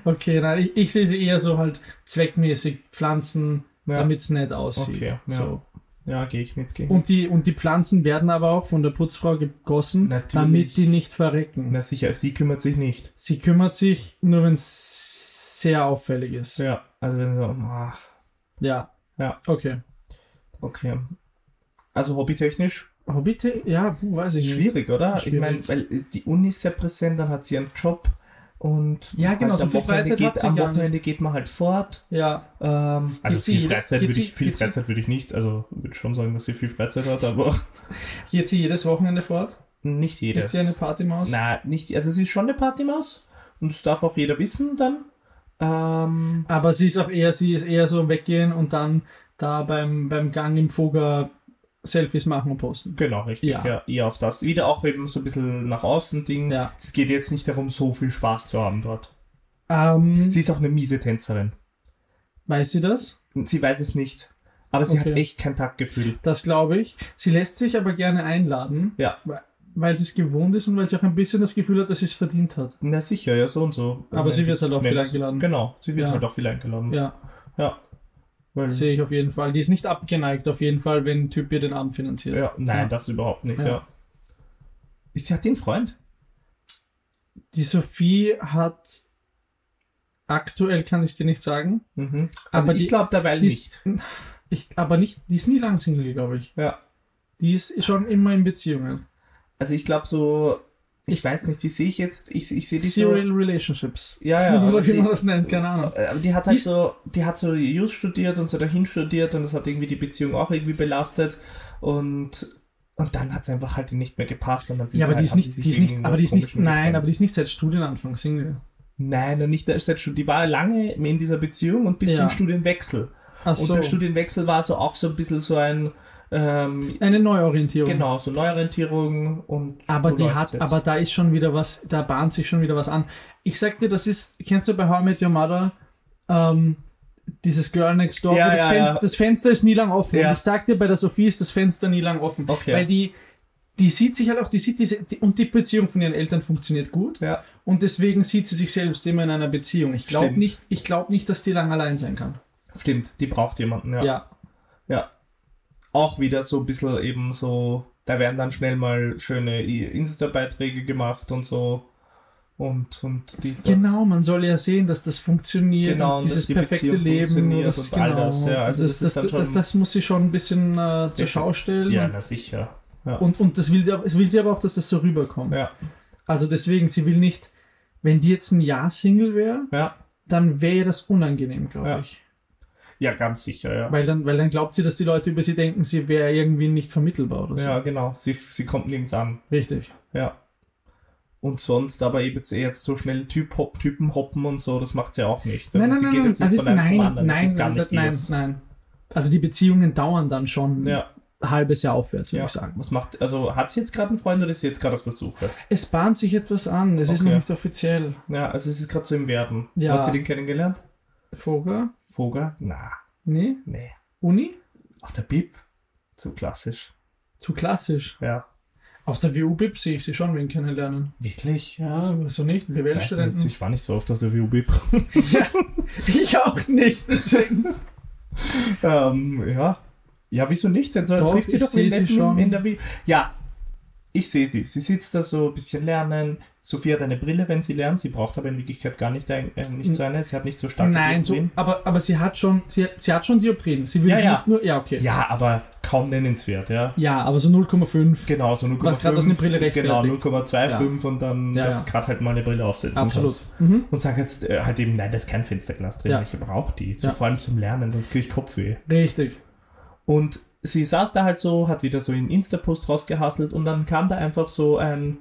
Okay, nein, ich, ich sehe sie eher so halt zweckmäßig pflanzen, Ja. damit es nett aussieht. Okay, ja. So. Ja, gehe ich mit. Geh. ich mit. Und die, und die Pflanzen werden aber auch von der Putzfrau gegossen, Natürlich. damit die nicht verrecken. Na sicher, sie kümmert sich nicht. Sie kümmert sich nur, wenn es sehr auffällig ist. Ja. Ja, also wenn so, ach, Ja. Ja. Okay. okay. Also hobbytechnisch Aber bitte, ja, puh, weiß ich nicht. Schwierig, oder? Schwierig. Ich meine, weil die Uni ist sehr präsent, dann hat sie ihren Job und halt Ja, genau, so am viel Wochenende, Freizeit geht, hat sie am gar Wochenende geht man halt fort. Ja. Ähm, also Geht viel sie jedes- Freizeit geht würde sie- ich, viel geht sie- Freizeit würde ich nicht, also würde schon sagen, dass sie viel Freizeit hat, aber Geht sie jedes Wochenende fort? nicht jedes. Ist sie eine Partymaus? Na, nicht, also sie ist schon eine Partymaus und das darf auch jeder wissen dann. Ähm, Aber sie ist auch eher, sie ist eher so weggehen und dann da beim, beim Gang im Foger Selfies machen und posten. genau, richtig, Ja. ja. eher auf das. Wieder auch eben so ein bisschen nach außen Ding. Ja. Es geht jetzt nicht darum, so viel Spaß zu haben dort. Ähm, Sie ist auch eine miese Tänzerin. weiß sie das? Sie weiß es nicht. Aber sie hat Okay. echt kein Taktgefühl. Das glaube ich. Sie lässt sich aber gerne einladen. Ja. Weil- Weil sie es gewohnt ist und weil sie auch ein bisschen das Gefühl hat, dass sie es verdient hat. Na sicher, ja, so und so. Aber Wenn sie wird das- halt auch wenn viel das- eingeladen. Genau, sie wird Ja. halt auch viel eingeladen. Ja, Weil, sehe ich auf jeden Fall. Die ist nicht abgeneigt, auf jeden Fall, wenn ein Typ ihr den Abend finanziert. ja nein, Ja. das überhaupt nicht, Ja. ja. Sie hat den Freund. Die Sophie hat. Aktuell kann ich dir nicht sagen. Mhm. Also Aber ich die- glaube derweil Die nicht. ist, ich, aber nicht, die ist nie lang Single, glaube ich. Ja. Die ist schon immer in Beziehungen. Also ich glaube so, ich weiß nicht, die sehe ich jetzt, ich, ich sehe die Serial Relationships. so. Ja, ja. Oder aber wie die, man das nennt, keine Ahnung. aber die hat halt Die ist- so, die hat so Jus studiert und so dahin studiert und das hat irgendwie die Beziehung auch irgendwie belastet und, und dann hat es einfach halt nicht mehr gepasst und dann sind Ja, sie aber die halt, ist haben nicht, sich die ist nicht, irgendwas aber die ist nicht, Komischem nein, getrennt. aber die ist nicht seit Studienanfang Single. Nein, nein, nicht erst seit Studium. Die war lange in dieser Beziehung und bis Ja. zum Studienwechsel. Ach Und so, der Studienwechsel war so auch so ein bisschen so ein, ähm, eine Neuorientierung. genau, so Neuorientierung und. Aber so die läuft's hat, jetzt. aber da ist schon wieder was, da bahnt sich schon wieder was an. Ich sag dir, das ist, kennst du bei How I Met Your Mother, ähm, dieses Girl Next Door, Ja, wo das, ja, Fenster, ja. das Fenster ist nie lang offen. Ja. Und ich sag dir, bei der Sophie ist das Fenster nie lang offen. Okay. Weil die, die sieht sich halt auch, die sieht diese, die, und die Beziehung von ihren Eltern funktioniert gut. Ja. Und deswegen sieht sie sich selbst immer in einer Beziehung. Ich glaube Stimmt. nicht, ich glaub nicht, dass die lang allein sein kann. Stimmt, die braucht jemanden, ja. Ja. Auch wieder so ein bisschen eben so, da werden dann schnell mal schöne I- Insta-Beiträge gemacht und so. Und, und dies, das. Genau, man soll ja sehen, dass das funktioniert, Genau, und und dass dieses die perfekte Beziehung Leben, funktioniert das, und all genau, das, ja, also das, das ist das, dann das, schon- das, muss sie schon ein bisschen äh, zur Ja, Schau stellen. Ja, na sicher. Ja. und, und das will sie, aber- das will sie aber auch, dass das so rüberkommt. Ja. Also deswegen, sie will nicht, wenn die jetzt ein Jahr Single wäre, Ja. dann wäre ihr das unangenehm, glaube Ja. ich. ja, ganz sicher, ja. Weil dann, weil dann glaubt sie, dass die Leute über sie denken, sie wäre irgendwie nicht vermittelbar oder so. Ja, genau. Sie, sie kommt nirgends an. Richtig. Ja. Und sonst aber eben jetzt, eh jetzt so schnell typ -Hop Typen hoppen und so, das macht sie auch nicht. Also nein, nein, sie nein, geht nein, jetzt nicht also von einem nein, zum anderen. nein, das ist gar nein, nicht nein, ihres. nein. Also die Beziehungen dauern dann schon Ja, ein halbes Jahr aufwärts, würde ja. ich sagen. Was macht, also hat sie jetzt gerade einen Freund oder ist sie jetzt gerade auf der Suche? Es bahnt sich etwas an, es ist Okay. noch nicht offiziell. Ja, also es ist gerade so im Werden. Ja. Hat sie den kennengelernt? Vogel? Vogel? Na, Nee? nee. Uni? Auf der Bib? Zu klassisch. Zu klassisch. Ja. Auf der WU-BIP sehe ich sie schon wen kennenlernen. Wirklich? Ja, wieso nicht? Weiß nicht, BWL-Studenten. ich war nicht so oft auf der WUB. Ich auch nicht, deswegen. ähm, ja. Ja, wieso nicht? Dann so, Doch, trifft sie ich doch seh den sie Netten schon. in der Wii. Ja, ich sehe sie. Sie sitzt da so ein bisschen lernen. Sophie hat eine Brille, wenn sie lernt. Sie braucht aber in Wirklichkeit gar nicht, ein, äh, nicht so eine. Sie hat nicht so starke Nein, so, Dioptrien. aber, aber sie hat schon, sie, hat- sie hat schon Dioptrien. Sie will Ja, sie ja. nicht nur. Ja, okay. Ja, aber kaum nennenswert, ja. Ja, aber so 0,5. Genau, so 0,5. grad aus einer Brille Genau, rechtfertigt. 0,25 und dann Ja, das ja. gerade halt mal eine Brille aufsetzen. Absolut. sonst. Mhm. Und sag jetzt äh, halt eben, nein, da ist kein Fensterglas drin. Ja. Ich brauche die. Zu, Ja. Vor allem zum Lernen, sonst kriege ich Kopfweh. Richtig. Und sie saß da halt so, hat wieder so in Insta-Post rausgehasselt und dann kam da einfach so ein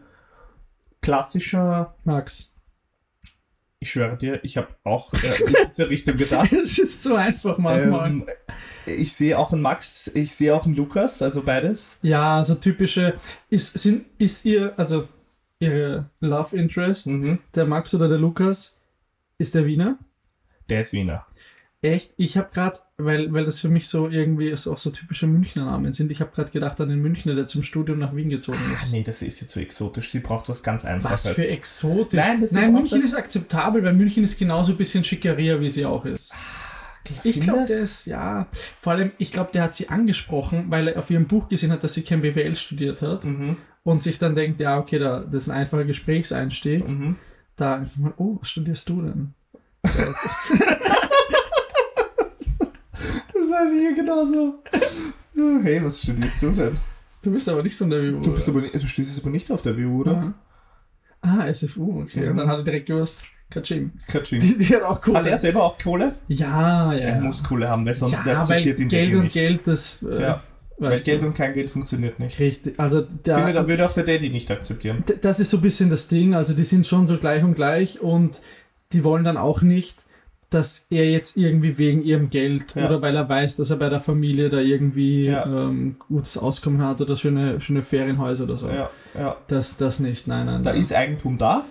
klassischer, Max. ich schwöre dir, ich habe auch äh, in diese Richtung gedacht. Es ist so einfach manchmal. Ähm, ich sehe auch einen Max, ich sehe auch einen Lukas, also beides. Ja, so typische. Ist, sind, ist ihr, also ihre Love Interest, Hm. Mhm. der Max oder der Lukas, ist der Wiener? Der ist Wiener. Echt? Ich habe gerade, weil, weil das für mich so irgendwie so, auch so typische Münchner Namen sind, ich habe gerade gedacht an den Münchner, der zum Studium nach Wien gezogen Ah, ist. nee, das ist jetzt so exotisch. Sie braucht was ganz Einfaches. Was für exotisch. Nein, das sind Nein auch München das- ist akzeptabel, weil München ist genauso ein bisschen Schickeria, wie sie auch ist. Ich glaube, der Findest? ist, ja. Vor allem, ich glaube, der hat sie angesprochen, weil er auf ihrem Buch gesehen hat, dass sie kein BWL studiert hat Mhm, und sich dann denkt, ja, okay, da, das ist ein einfacher Gesprächseinstieg. mhm. Da, ich mein, oh, was studierst du denn? Das weiß ich hier genauso. Hey, was studierst du denn? Du bist aber nicht von der WU. Du, bist aber, nicht- du studierst aber nicht auf der WU, oder? Aha. Ah, SFU, okay. Ja. Und dann hat er direkt gewusst, Katsching. Katsching. Die, die hat auch Kohle. Hat er selber auch Kohle? ja, ja. Er ja. muss Kohle haben, weil sonst ja, weil akzeptiert ihn der Geld Daddy und nicht. Geld, das äh, Ja, weil weißt Geld du. und kein Geld funktioniert nicht. richtig. Also Ich finde, da, da würde auch der Daddy nicht akzeptieren. d- das ist so ein bisschen das Ding. Also die sind schon so gleich und gleich und die wollen dann auch nicht, dass er jetzt irgendwie wegen ihrem Geld Ja. oder weil er weiß, dass er bei der Familie da irgendwie Ja. ähm, gutes Auskommen hat oder schöne, schöne Ferienhäuser oder so. Ja, ja. Das, das nicht, nein, nein. Da nein. ist Eigentum da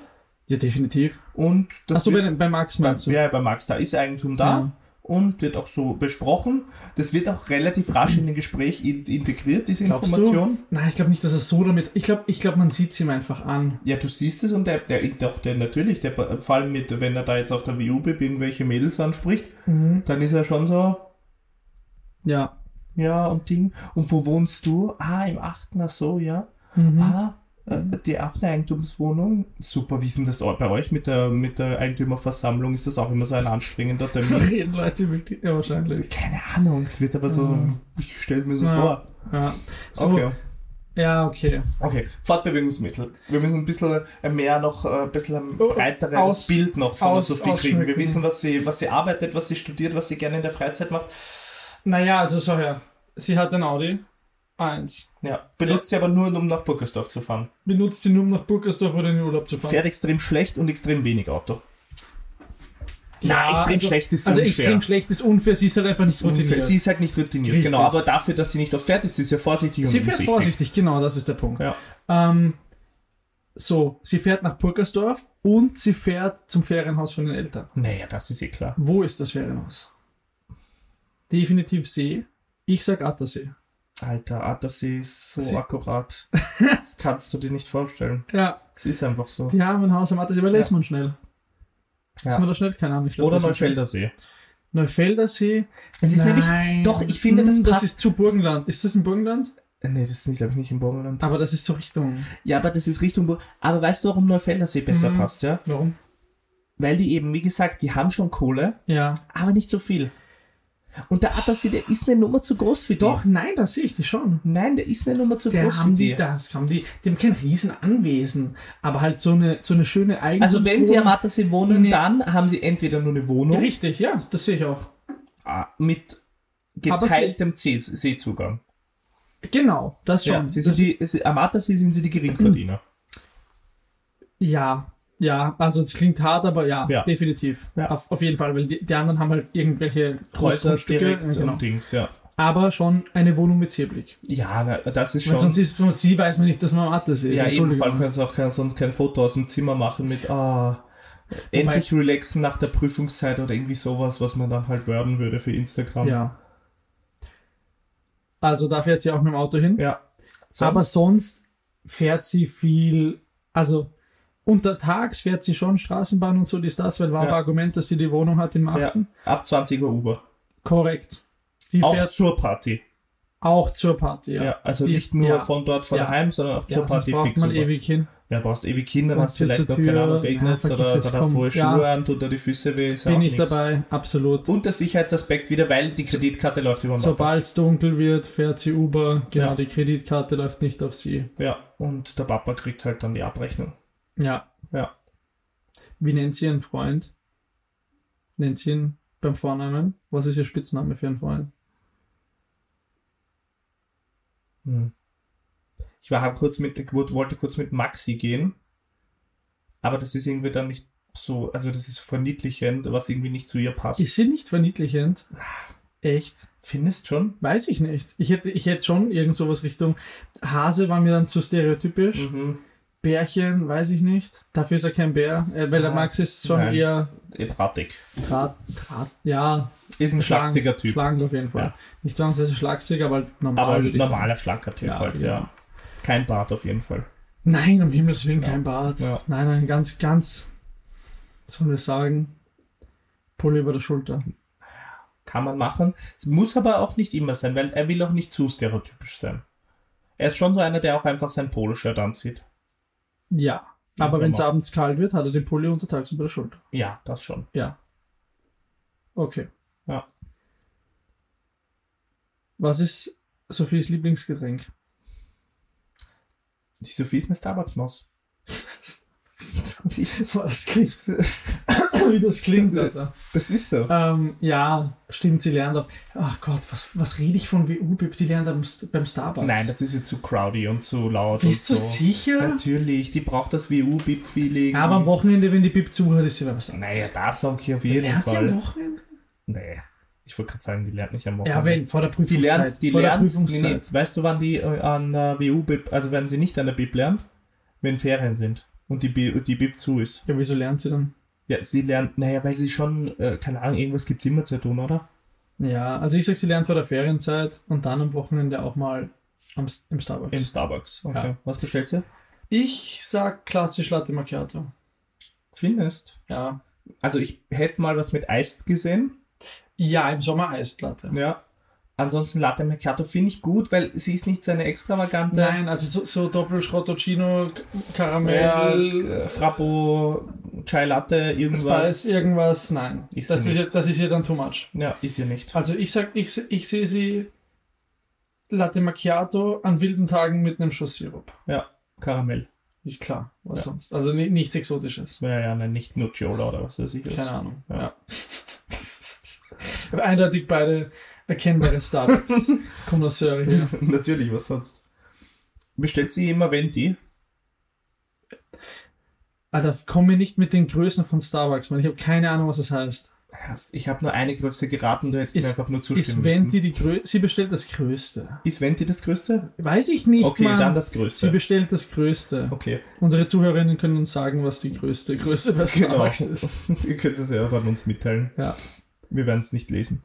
ja, definitiv. und das Achso, wird bei, bei Max bei, meinst du? ja, bei Max, da ist Eigentum da Ja. und wird auch so besprochen. Das wird auch relativ rasch in den Gespräch in, integriert, diese Glaubst du? Information. Nein, ich glaube nicht, dass er so damit. Ich glaube, ich glaub, man sieht es ihm einfach an. Ja, du siehst es und der, der, doch, der natürlich, der, vor allem mit, wenn er da jetzt auf der WUB irgendwelche Mädels anspricht, dann ist er schon so, Ja. ja und Ding. Und wo wohnst du? Ah, im Achten, ach so, ja. Hm. Ah, äh, die auch eine Eigentumswohnung. Super, wie ist denn das bei euch mit der, mit der Eigentümerversammlung? Ist das auch immer so ein anstrengender Termin? Reden Leute wirklich. Ja, wahrscheinlich. Keine Ahnung, es wird aber so, Mhm. ich stelle es mir so Ja. vor. Ja. So, Okay. Ja, okay. Okay, Fortbewegungsmittel. Wir müssen ein bisschen mehr noch, äh, ein bisschen ein Oh, breiteres aus- Bild noch von aus- der Sophie kriegen. Wir ausschmücken. wissen, was sie, was sie arbeitet, was sie studiert, was sie gerne in der Freizeit macht. Naja, also schau her. Sie hat ein Audi 1. Ja, benutzt sie aber nur, um nach Burgersdorf zu fahren. Benutzt sie nur, um nach Burgersdorf oder in den Urlaub zu fahren. Fährt extrem schlecht und extrem wenig Auto. Ja, also- ist Also extrem schlecht ist unfair, sie ist halt einfach nicht routiniert. Unfair. Sie ist halt nicht routiniert, Richtig. genau. Aber dafür, dass sie nicht oft fährt, ist sie sehr vorsichtig und Sie fährt umsichtig. vorsichtig, genau, das ist der Punkt. Ja. Ähm, so, sie fährt nach Purkersdorf und sie fährt zum Ferienhaus von den Eltern. Naja, das ist eh klar. Wo ist das Ferienhaus? Definitiv See. Ich sag Attersee. Alter, Attersee ist so Sie- akkurat. das kannst du dir nicht vorstellen. Ja, Es ist einfach so. die haben ein Haus am Attersee, aber lässt man schnell. Ja. Ist Ja. man da schnell? Keine Ahnung. Ich glaub, Oder das ist- Neufeldersee. Neufelder See. Es ist nämlich- Nein. doch, ich finde, das Hm, passt- ist zu Burgenland. Ist das in Burgenland? Nee, das ist, glaube ich, nicht im Burgenland. Aber das ist so Richtung. Ja, aber das ist Richtung Burg. Aber weißt du, warum Neufeldersee besser Mhm. passt, ja? Warum? Weil die eben, wie gesagt, die haben schon Kohle, Ja. aber nicht so viel. Und der Attersee, der ist eine Nummer zu groß für die. Doch, nein, das sehe ich die schon. Nein, der ist eine Nummer zu Der groß haben für die die. das, haben die. Die haben kein Riesenanwesen, aber halt so eine, so eine schöne Eigentum. Also wenn sie am Attersee wohnen, Nee. dann haben sie entweder nur eine Wohnung Richtig, ja, das sehe ich auch. ah, mit Aber sie- geteiltem See Seezugang. Genau, das schon. Ja, sie sind die, sie, am Attersee sind sie die Geringverdiener. ja, ja, also es klingt hart, aber ja, Ja. definitiv. Ja. Auf, auf jeden Fall, weil die, die anderen haben halt irgendwelche Häuser Großgrundstücke. direkt Ja, genau. und Dings, ja. Aber schon eine Wohnung mit Seeblick. Ja, na, das ist Weil schon... sonst ist von sie weiß man nicht, dass man am Atlas ist. Ja, eben, vor allem Entschuldigung. kannst du auch kein, sonst kein Foto aus dem Zimmer machen mit, ah, endlich relaxen nach der Prüfungszeit oder irgendwie sowas, was man dann halt werden würde für Instagram. Ja. Also da fährt sie auch mit dem Auto hin. ja. Sonst, Aber sonst fährt sie viel, also untertags fährt sie schon Straßenbahn und so, dies, das, weil war Ja. ein Argument, dass sie die Wohnung hat im ja, Achten. ab 20 Uhr Uber. Korrekt. Die Auch fährt zur Party. auch zur Party, Ja. ja. also Die- nicht nur ja. von dort von Ja. daheim, sondern auch zur Ja, sonst Party braucht fix man Uber. ewig hin. Ja, brauchst ewig Kinder, Und hast Tür vielleicht zur noch, keine Tür. Ahnung, Ja, regnet oder vergiss es, dann hast du komm. hohe Schuhe Ja. an, tut dir die Füße weh, ist ja Bin auch ich nix. dabei, absolut. Und der Sicherheitsaspekt wieder, weil die Kreditkarte läuft über den Papa. Sobald es dunkel wird, fährt sie Uber. Genau, Ja. die Kreditkarte läuft nicht auf sie. Ja, und der Papa kriegt halt dann die Abrechnung. Ja. Ja. Wie nennt sie ihren Freund? Nennt sie ihn beim Vornamen? Was ist ihr Spitzname für ihren Freund? Hm. Ich war halt kurz mit, wo- wollte kurz mit Maxi gehen, aber das ist irgendwie dann nicht so, also das ist verniedlichend, was irgendwie nicht zu ihr passt. Ist sie nicht verniedlichend? Echt? Findest schon? Weiß ich nicht. Ich hätte, ich hätte schon irgend sowas Richtung. Hase war mir dann zu stereotypisch. Mhm. Bärchen, weiß ich nicht. Dafür ist er kein Bär, äh, weil der Ah, Max ist schon nein. eher Eh, Bratig. Draht, Draht, ja, Ist ein Schlank- schlagsiger Typ, Schlank auf jeden Fall. Ja. Nicht zwangsweise schlagsig, aber halt normal. aber würde ein ich sagen. normaler, schlanker Typ Ja, genau. halt, ja. ja. Kein Bart auf jeden Fall. Nein, um Himmels Willen Ja. kein Bart. Ja. Nein, nein, ganz, ganz, was sollen wir sagen, Pulli über der Schulter. Kann man machen. Es muss aber auch nicht immer sein, weil er will auch nicht zu stereotypisch sein. Er ist schon so einer, der auch einfach sein Poloshirt anzieht. Ja, Ja, aber so wenn es mal. abends kalt wird, hat er den Pulli untertags über der Schulter. Ja, das schon. Okay. Ja. Was ist Sophies Lieblingsgetränk? Die Sophie ist eine Starbucks-Maus. So, das klingt, wie das klingt, Alter. Das ist so. Ähm, ja, stimmt, sie lernt auch. Ach Gott, was, was rede ich von WU-Bib? Die lernt am, St- beim Starbucks. Nein, das ist ihr zu crowdy und zu laut. Bist du und so. sicher? Natürlich, die braucht das WU-Bip-Feeling. Aber am Wochenende, wenn die Bib zuhört, ist sie beim Starbucks. Naja, das sag ich auf jeden Lernt sie am Fall. Wochenende? Nee. Ich wollte gerade sagen, die lernt nicht am Wochenende. Ja, wenn, vor der Die Prüfungszeit. lernt, die vor der lernt. Nee, nee, Prüfungszeit. weißt du, wann die äh, an der WU-Bib, also wenn sie nicht an der Bib lernt? Wenn Ferien sind und die, Bi- die Bib zu ist. Ja, wieso lernt sie dann? Ja, sie lernt, naja, weil sie schon, äh, keine Ahnung, irgendwas gibt es immer zu tun, oder? Ja, also ich sag, sie lernt vor der Ferienzeit und dann am Wochenende auch mal am, S- im Starbucks. Im Starbucks. Okay. Ja. Was bestellst du? ich sag klassisch Latte Macchiato. Findest. Ja. Also ich hätte mal was mit Eis gesehen. Ja, im Sommer Eislatte. Ja. Ansonsten Latte Mercato finde ich gut, weil sie ist nicht so eine extravagante. Nein, also so, so Doppel-Schrottocino, K- Ja, Karamell, äh, Frappo, Chai Latte, irgendwas. Spice, irgendwas. Nein. Ist das, sie ist, nicht. ihr- das ist ihr dann too much. ja, ist ihr nicht. Also ich sag, ich, se- ich sehe sie Latte Macchiato an wilden Tagen mit einem Schuss Sirup. Ja, Karamell. Nicht klar, was Ja. sonst. Also ni- nichts Exotisches. Ja, ja, nein, nicht Nucciola oder was weiß ich. was. Keine Ahnung. Ja. Ja. Aber Eindeutig beide erkennbare Startups. Connoisseure hier. Natürlich, was sonst? Bestellt sie immer Venti? Alter, komm mir nicht mit den Größen von Starbucks, Mann. Ich habe keine Ahnung, was das heißt. Ich habe nur eine Größe geraten, du hättest Ist- mir einfach nur zustimmen Ist müssen. Venti die Größe? Sie bestellt das Größte. Ist Venti das Größte? Weiß ich nicht, okay, Mann. dann das Sie Größte. bestellt das Größte. Okay, Unsere Zuhörerinnen können uns sagen, was die größte Größe bei genau. Starbucks ist. Ihr könnt es ja dann uns mitteilen. Ja. Wir werden es nicht lesen.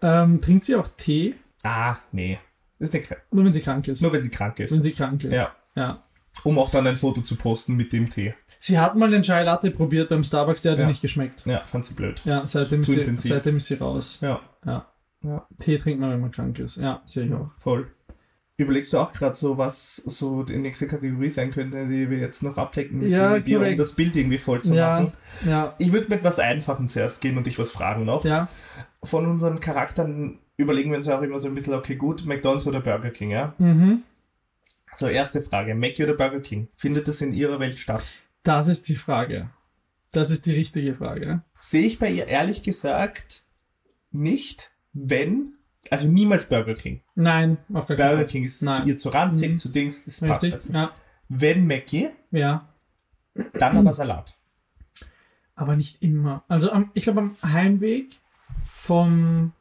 Ähm, trinkt sie auch Tee? Ah, nee. Ist nicht, Nur wenn sie krank ist. nur wenn sie krank ist. wenn sie krank ist. Ja. ja. Um auch dann ein Foto zu posten mit dem Tee. Sie hat mal den Chai Latte probiert beim Starbucks, der hat ihr Ja. nicht geschmeckt. Ja, fand sie blöd. Ja, seitdem ist, Zu sie, intensiv. seitdem ist sie raus. Ja, Tee trinkt man, wenn man krank ist. Ja, sehe ich auch. voll. Überlegst du auch gerade so, was so die nächste Kategorie sein könnte, die wir jetzt noch abdecken müssen, Ja, mit dir, um korrekt. das Bild irgendwie voll zu Ja. machen? Ja, Ich würde mit was Einfachem zuerst gehen und dich was fragen noch. ja, Von unseren Charakteren überlegen wir uns ja auch immer so ein bisschen, okay, gut, McDonalds oder Burger King, ja? mhm. So, erste Frage, Mac oder Burger King? Findet das in ihrer Welt statt? Das ist die Frage. Das ist die richtige Frage. Sehe ich bei ihr ehrlich gesagt nicht, wenn, also niemals Burger King. Nein, auf gar keinen Burger Fall. King ist Nein. zu ihr zu ranzig, Mhm. zu Dings, es passt Richtig? dazu. Ja, Wenn Mackie, ja. dann aber Salat. Aber nicht immer. Also am, ich glaube, am Heimweg vom...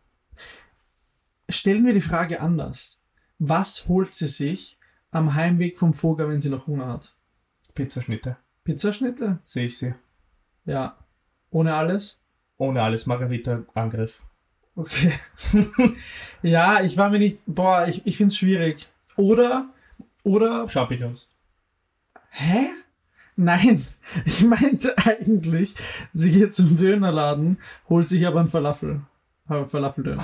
Stellen wir die Frage anders. Was holt sie sich am Heimweg vom Vogel, wenn sie noch Hunger hat? Pizzaschnitte, Pizzaschnitte? sehe ich sie. Ja. Ohne alles? Ohne alles, Margarita-Angriff. Okay. ja, ich war mir nicht. Boah, ich, ich finde es schwierig. Oder. Oder. Champignons. Hä? Nein, ich meinte eigentlich, sie geht zum Dönerladen, holt sich aber einen Falafel. Aber Falafeldöner.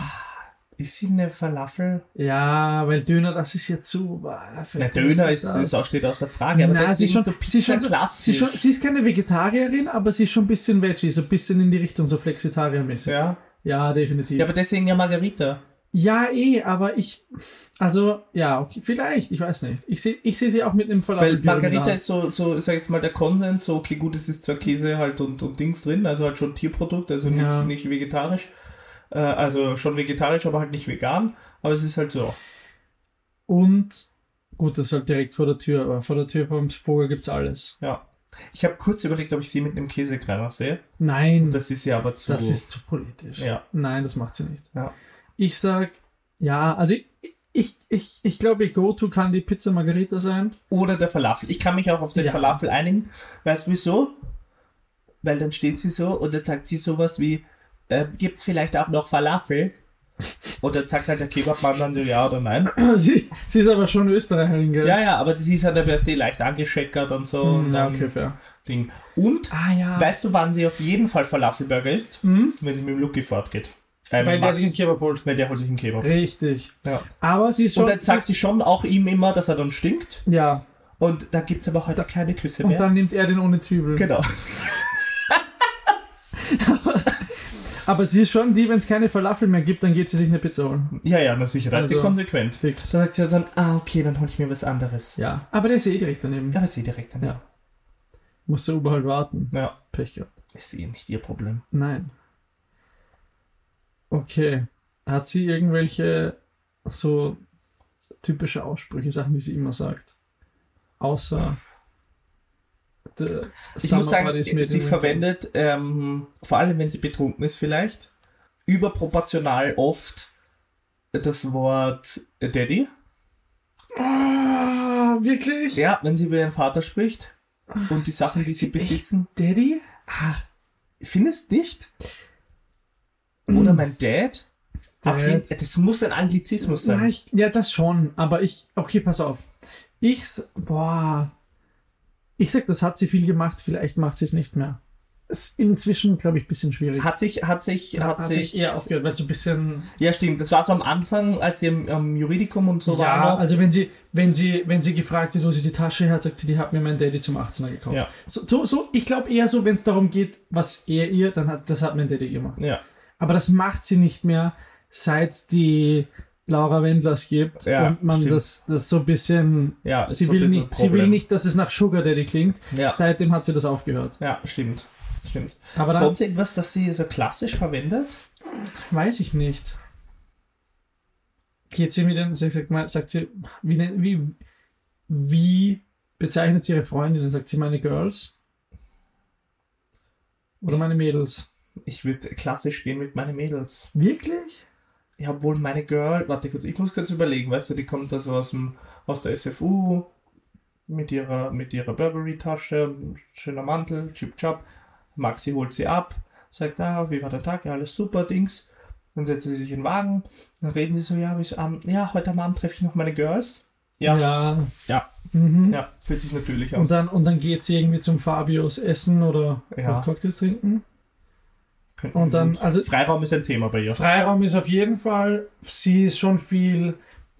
Ist sie eine Falafel? Ja, weil Döner, das ist ja zu. boah, Na, verdammt, Döner ist, das. ist auch, steht außer Frage, aber Na, das sie ist schon- so sie schon- Sie, Pizza-klassisch. ist schon, sie ist keine Vegetarierin, aber sie ist schon ein bisschen Veggie, so ein bisschen in die Richtung, so Flexitarier-mäßig. ja. Ja, definitiv. ja, aber deswegen ja Margarita. Ja, eh, aber ich. Also, ja, okay, vielleicht, ich weiß nicht. Ich sehe ich genau. seh sie auch mit einem Verlauf. Weil Margarita ist so, so, ich sag jetzt mal, der Konsens, so, okay, gut, es ist zwar Käse halt und, und Dings drin, also halt schon Tierprodukt, also nicht, Ja. nicht vegetarisch. Äh, also schon vegetarisch, aber halt nicht vegan. Aber es ist halt so. Und, gut, das ist halt direkt vor der Tür, aber vor der Tür vom Vogel gibt's alles. Ja. Ich habe kurz überlegt, ob ich sie mit einem Käsekreiner sehe. Nein, Hm. das, Das ist ja aber zu. ist zu politisch. Ja. Nein, das macht sie nicht. Ja. Ich sag, ja, also ich, ich, ich, ich glaube, ihr Go-To kann die Pizza Margarita sein. Oder der Falafel. Ich kann mich auch auf den Ja. Falafel einigen. Weißt du wieso? Weil dann steht sie so und dann sagt sie sowas wie, äh, gibt's vielleicht auch noch Falafel? Und dann sagt halt der Kebabmann dann so ja oder nein. sie, sie ist aber schon Österreicherin, gell? Ja, ja, aber sie ist halt per se leicht angescheckert und so. Hm, und ja, dann okay, fair. Ding. Und Ah, ja. weißt du, wann sie auf jeden Fall Falafelburger isst? Hm? Wenn sie mit dem Lucky fortgeht. Äh, Weil mit der Max, sich einen Kebab holt. weil der holt sich einen Kebab. Richtig. Ja. Aber sie ist schon. Und dann sagt sie schon auch ihm immer, dass er dann stinkt. ja, Und da gibt's aber heute keine Küsse und mehr. dann nimmt er den ohne Zwiebel. genau. Aber sie ist schon die, wenn es keine Falafel mehr gibt, dann geht sie sich eine Pizza holen. Ja, ja, na sicher, da ist sie Also- konsequent. Fix. Da sagt sie dann, ah, okay, dann hole ich mir was anderes. Ja. Aber der ist eh direkt daneben. Ja, aber sie direkt dann. Ja. Muss der Uber halt warten. ja. Pech gehabt. Ist eh nicht ihr Problem. Nein. Okay. Hat sie irgendwelche so typische Aussprüche, Sachen, die sie immer sagt? Außer. the Ich summer muss sagen, bodies made sie in winter. verwendet, ähm, vor allem wenn sie betrunken ist vielleicht, überproportional oft das Wort Daddy. Ah, wirklich? Ja, wenn sie über ihren Vater spricht und die Sachen, die sie echt? besitzen. Daddy? Ah, findest nicht? Oder mein Dad? Auf Dad. jeden, das muss ein Anglizismus sein. Nein, ich, ja, das schon, aber ich, okay, pass auf. Ich, s- boah, ich sag, das hat sie viel gemacht, vielleicht macht sie es nicht mehr. Ist inzwischen, glaube ich, ein bisschen schwierig. Hat sich, hat sich, hat, sich, eher aufgehört, weil so ein bisschen, Ja, stimmt. Das war so am Anfang, als sie im, am Juridikum und so war. ja, Noch. also wenn sie, wenn sie, wenn sie gefragt wird, wo sie die Tasche hat, sagt sie, die hat mir mein Daddy zum 18er gekauft. Ja. So, so, so, ich glaube eher so, wenn es darum geht, was er ihr, dann hat, das hat mein Daddy gemacht. ja. Aber das macht sie nicht mehr, seit die Laura Wendlers gibt Ja, und man stimmt. das, das so ein bisschen. Ja, ist Sie so ein will, bisschen nicht, das sie will Problem. nicht, dass es nach Sugar Daddy klingt. Ja, Seitdem hat sie das aufgehört. ja stimmt. stimmt. Aber dann Sonst irgendwas, das sie so klassisch verwendet? weiß ich nicht. Geht sie mit den, sagt, sagt, mal- sagt sie, wie, nen- wie, wie bezeichnet sie ihre Freundinnen? Sagt sie meine Girls? Oder Ich- meine Mädels? Ich würde klassisch gehen mit meinen Mädels. Wirklich? Ja, obwohl meine Girl, warte kurz, ich muss kurz überlegen, weißt du, die kommt da so aus, dem, aus der SFU mit ihrer, mit ihrer Burberry-Tasche, schöner Mantel, chip chap. Maxi holt sie ab, sagt, ah, wie war der Tag? Ja, alles super, Dings. Dann setzen sie sich in den Wagen, dann reden sie so, ja, bis, am- ja heute am Abend treffe ich noch meine Girls. Ja. Ja. Ja. Mhm. Ja, fühlt sich natürlich an. Und dann, und dann geht sie irgendwie zum Fabios essen oder Ja. oder Cocktails trinken. Könnten Und dann, gut. also Freiraum ist ein Thema bei ihr. Freiraum ist auf jeden Fall, sie ist schon viel,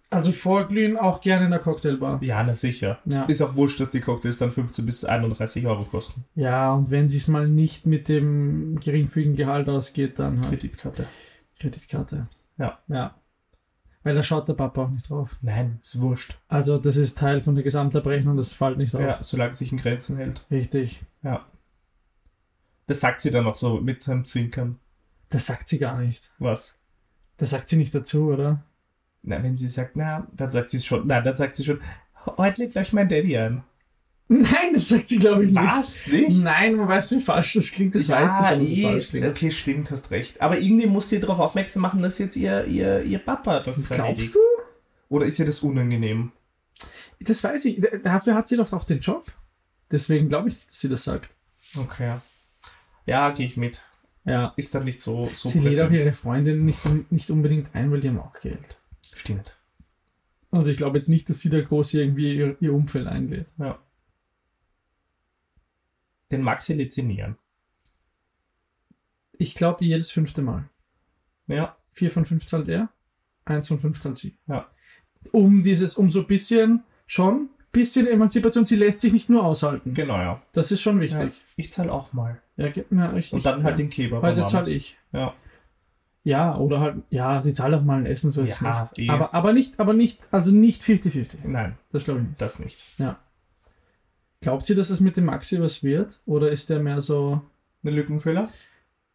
also vorglühen auch gerne in der Cocktailbar. Ja, na sicher. Ja. Ist auch wurscht, dass die Cocktails dann 15 bis 31 Euro kosten. ja, und wenn sie es mal nicht mit dem geringfügigen Gehalt ausgeht, dann halt Kreditkarte. Kreditkarte. Ja. Ja. Weil da schaut der Papa auch nicht drauf. Nein, ist wurscht. Also das ist Teil von der Gesamtabrechnung, das fällt nicht auf. Ja, solange es sich in Grenzen hält. Richtig. Das sagt sie dann auch so mit seinem Zwinkern. Das sagt sie gar nicht. Was? Das sagt sie nicht dazu, oder? Na, wenn sie sagt, na, dann sagt sie es schon. Na, dann sagt sie schon, heute legt euch mein Daddy an. Nein, das sagt sie, glaube ich, nicht. Was? Nicht? Nein, man weiß, wie falsch das klingt. Das Ja, weiß ich, schon, dass es eh. falsch klingt. Okay, stimmt, hast recht. Aber irgendwie muss sie darauf aufmerksam machen, dass jetzt ihr, ihr, ihr Papa das erledigt. Glaubst du? Oder ist ihr das unangenehm? Das weiß ich. D- Dafür hat sie doch auch den Job. Deswegen glaube ich nicht, dass sie das sagt. Okay. Ja, gehe ich mit. Ja. Ist dann nicht so, so sie lädt auch ihre Freundin nicht, nicht unbedingt ein, weil die haben auch Geld. Stimmt. Also ich glaube jetzt nicht, dass sie da groß irgendwie ihr, ihr Umfeld einlädt. Den Maxi lizinieren. Ich glaube jedes fünfte Mal. Ja. Vier von fünf zahlt er, eins von fünf zahlt sie. Ja. Um dieses, um so ein bisschen schon, bisschen Emanzipation, sie lässt sich nicht nur aushalten. Genau, ja. Das ist schon wichtig. Ich zahle auch mal. Ja. ge- na, ich, Und ich- dann halt ja. den Kebab. Heute am zahle Abend. ich. Ja. Ja, oder halt, ja, sie zahlt auch mal ein Essen, so ist Ja, es eh nicht. Aber, ist- aber nicht, aber nicht, also nicht 50-50. Nein, Das glaube ich nicht. das nicht. Glaubt sie, dass es mit dem Maxi was wird? Oder ist der mehr so, Eine Lückenfüller?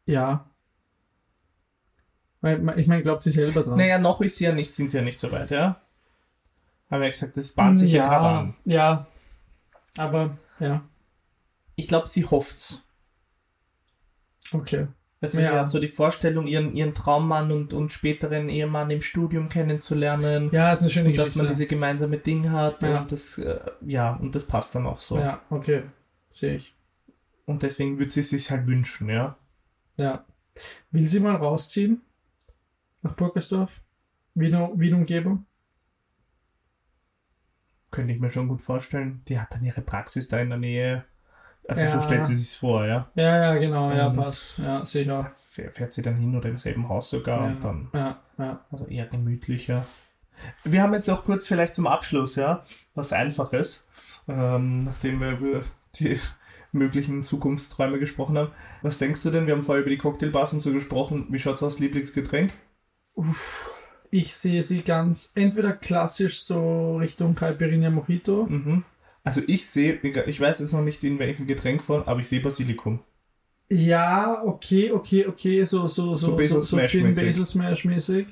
ja? Weil, ma- ich meine, glaubt sie selber dran. Naja, noch ist sie ja nicht, sind sie ja nicht so weit, ja? Haben wir ja gesagt, das bahnt sich ja, ja gerade an. Ja. Aber, ja, Ich glaube, sie hofft's. okay. Weißt du, sie Ja. hat so die Vorstellung, ihren, ihren Traummann und, und späteren Ehemann im Studium kennenzulernen. Ja, ist eine schöne und dass man diese gemeinsame Ding hat Ja. und das, äh, ja, und das passt dann auch so. Ja, okay. Sehe ich. Und deswegen würde sie sich halt wünschen, ja. Ja. Will sie mal rausziehen? Nach Burgersdorf? Wien, Wien Umgebung? Könnte ich mir schon gut vorstellen. Die hat dann ihre Praxis da in der Nähe. Also so Ja. stellt sie sich vor, ja. Ja, ja, genau, ja, Ähm, passt. Ja, sehe ich auch. Da fähr- fährt sie dann hin oder im selben Haus sogar und dann ja, ja. Also eher gemütlicher. Wir haben jetzt auch kurz vielleicht zum Abschluss, ja, was Einfaches, ähm, nachdem wir über die möglichen Zukunftsträume gesprochen haben. Was denkst du denn? Wir haben vorher über die Cocktailbars und so gesprochen. Wie schaut's aus, Lieblingsgetränk? Ich sehe sie ganz entweder klassisch so Richtung Caipirinha Mojito. Mhm. Also ich sehe, ich weiß jetzt noch nicht in welchem Getränk von, aber ich sehe Basilikum. Ja, okay, okay, okay, so so So so Basil Smash Gin mäßig. Basil Smash mäßig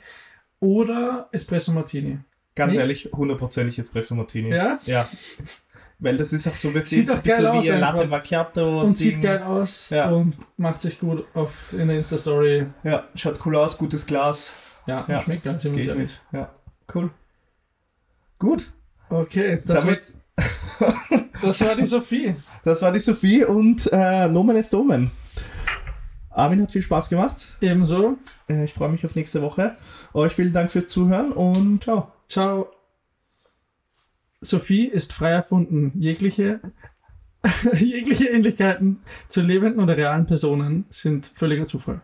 oder Espresso Martini. Ganz Nicht? ehrlich, hundertprozentig Espresso Martini. Ja? Ja. Weil das ist auch so, wir Sieht sehen so doch geil aus wie ein einfach. Latte Macchiato. Und Ding. sieht geil aus Ja. und macht sich gut auf in der Insta Story. Ja, schaut cool aus, gutes Glas. Ja, Ja. schmeckt ganz Gehe gut. ich mit. Ja, cool. Gut. Okay, das war, Damit, das war die Sophie. das war die Sophie und äh, Nomen ist Domen. Armin hat viel Spaß gemacht. Ebenso. Äh, ich freue mich auf nächste Woche. Euch vielen Dank fürs Zuhören und ciao. Ciao. Sophie ist frei erfunden. Jegliche, jegliche Ähnlichkeiten zu lebenden oder realen Personen sind völliger Zufall.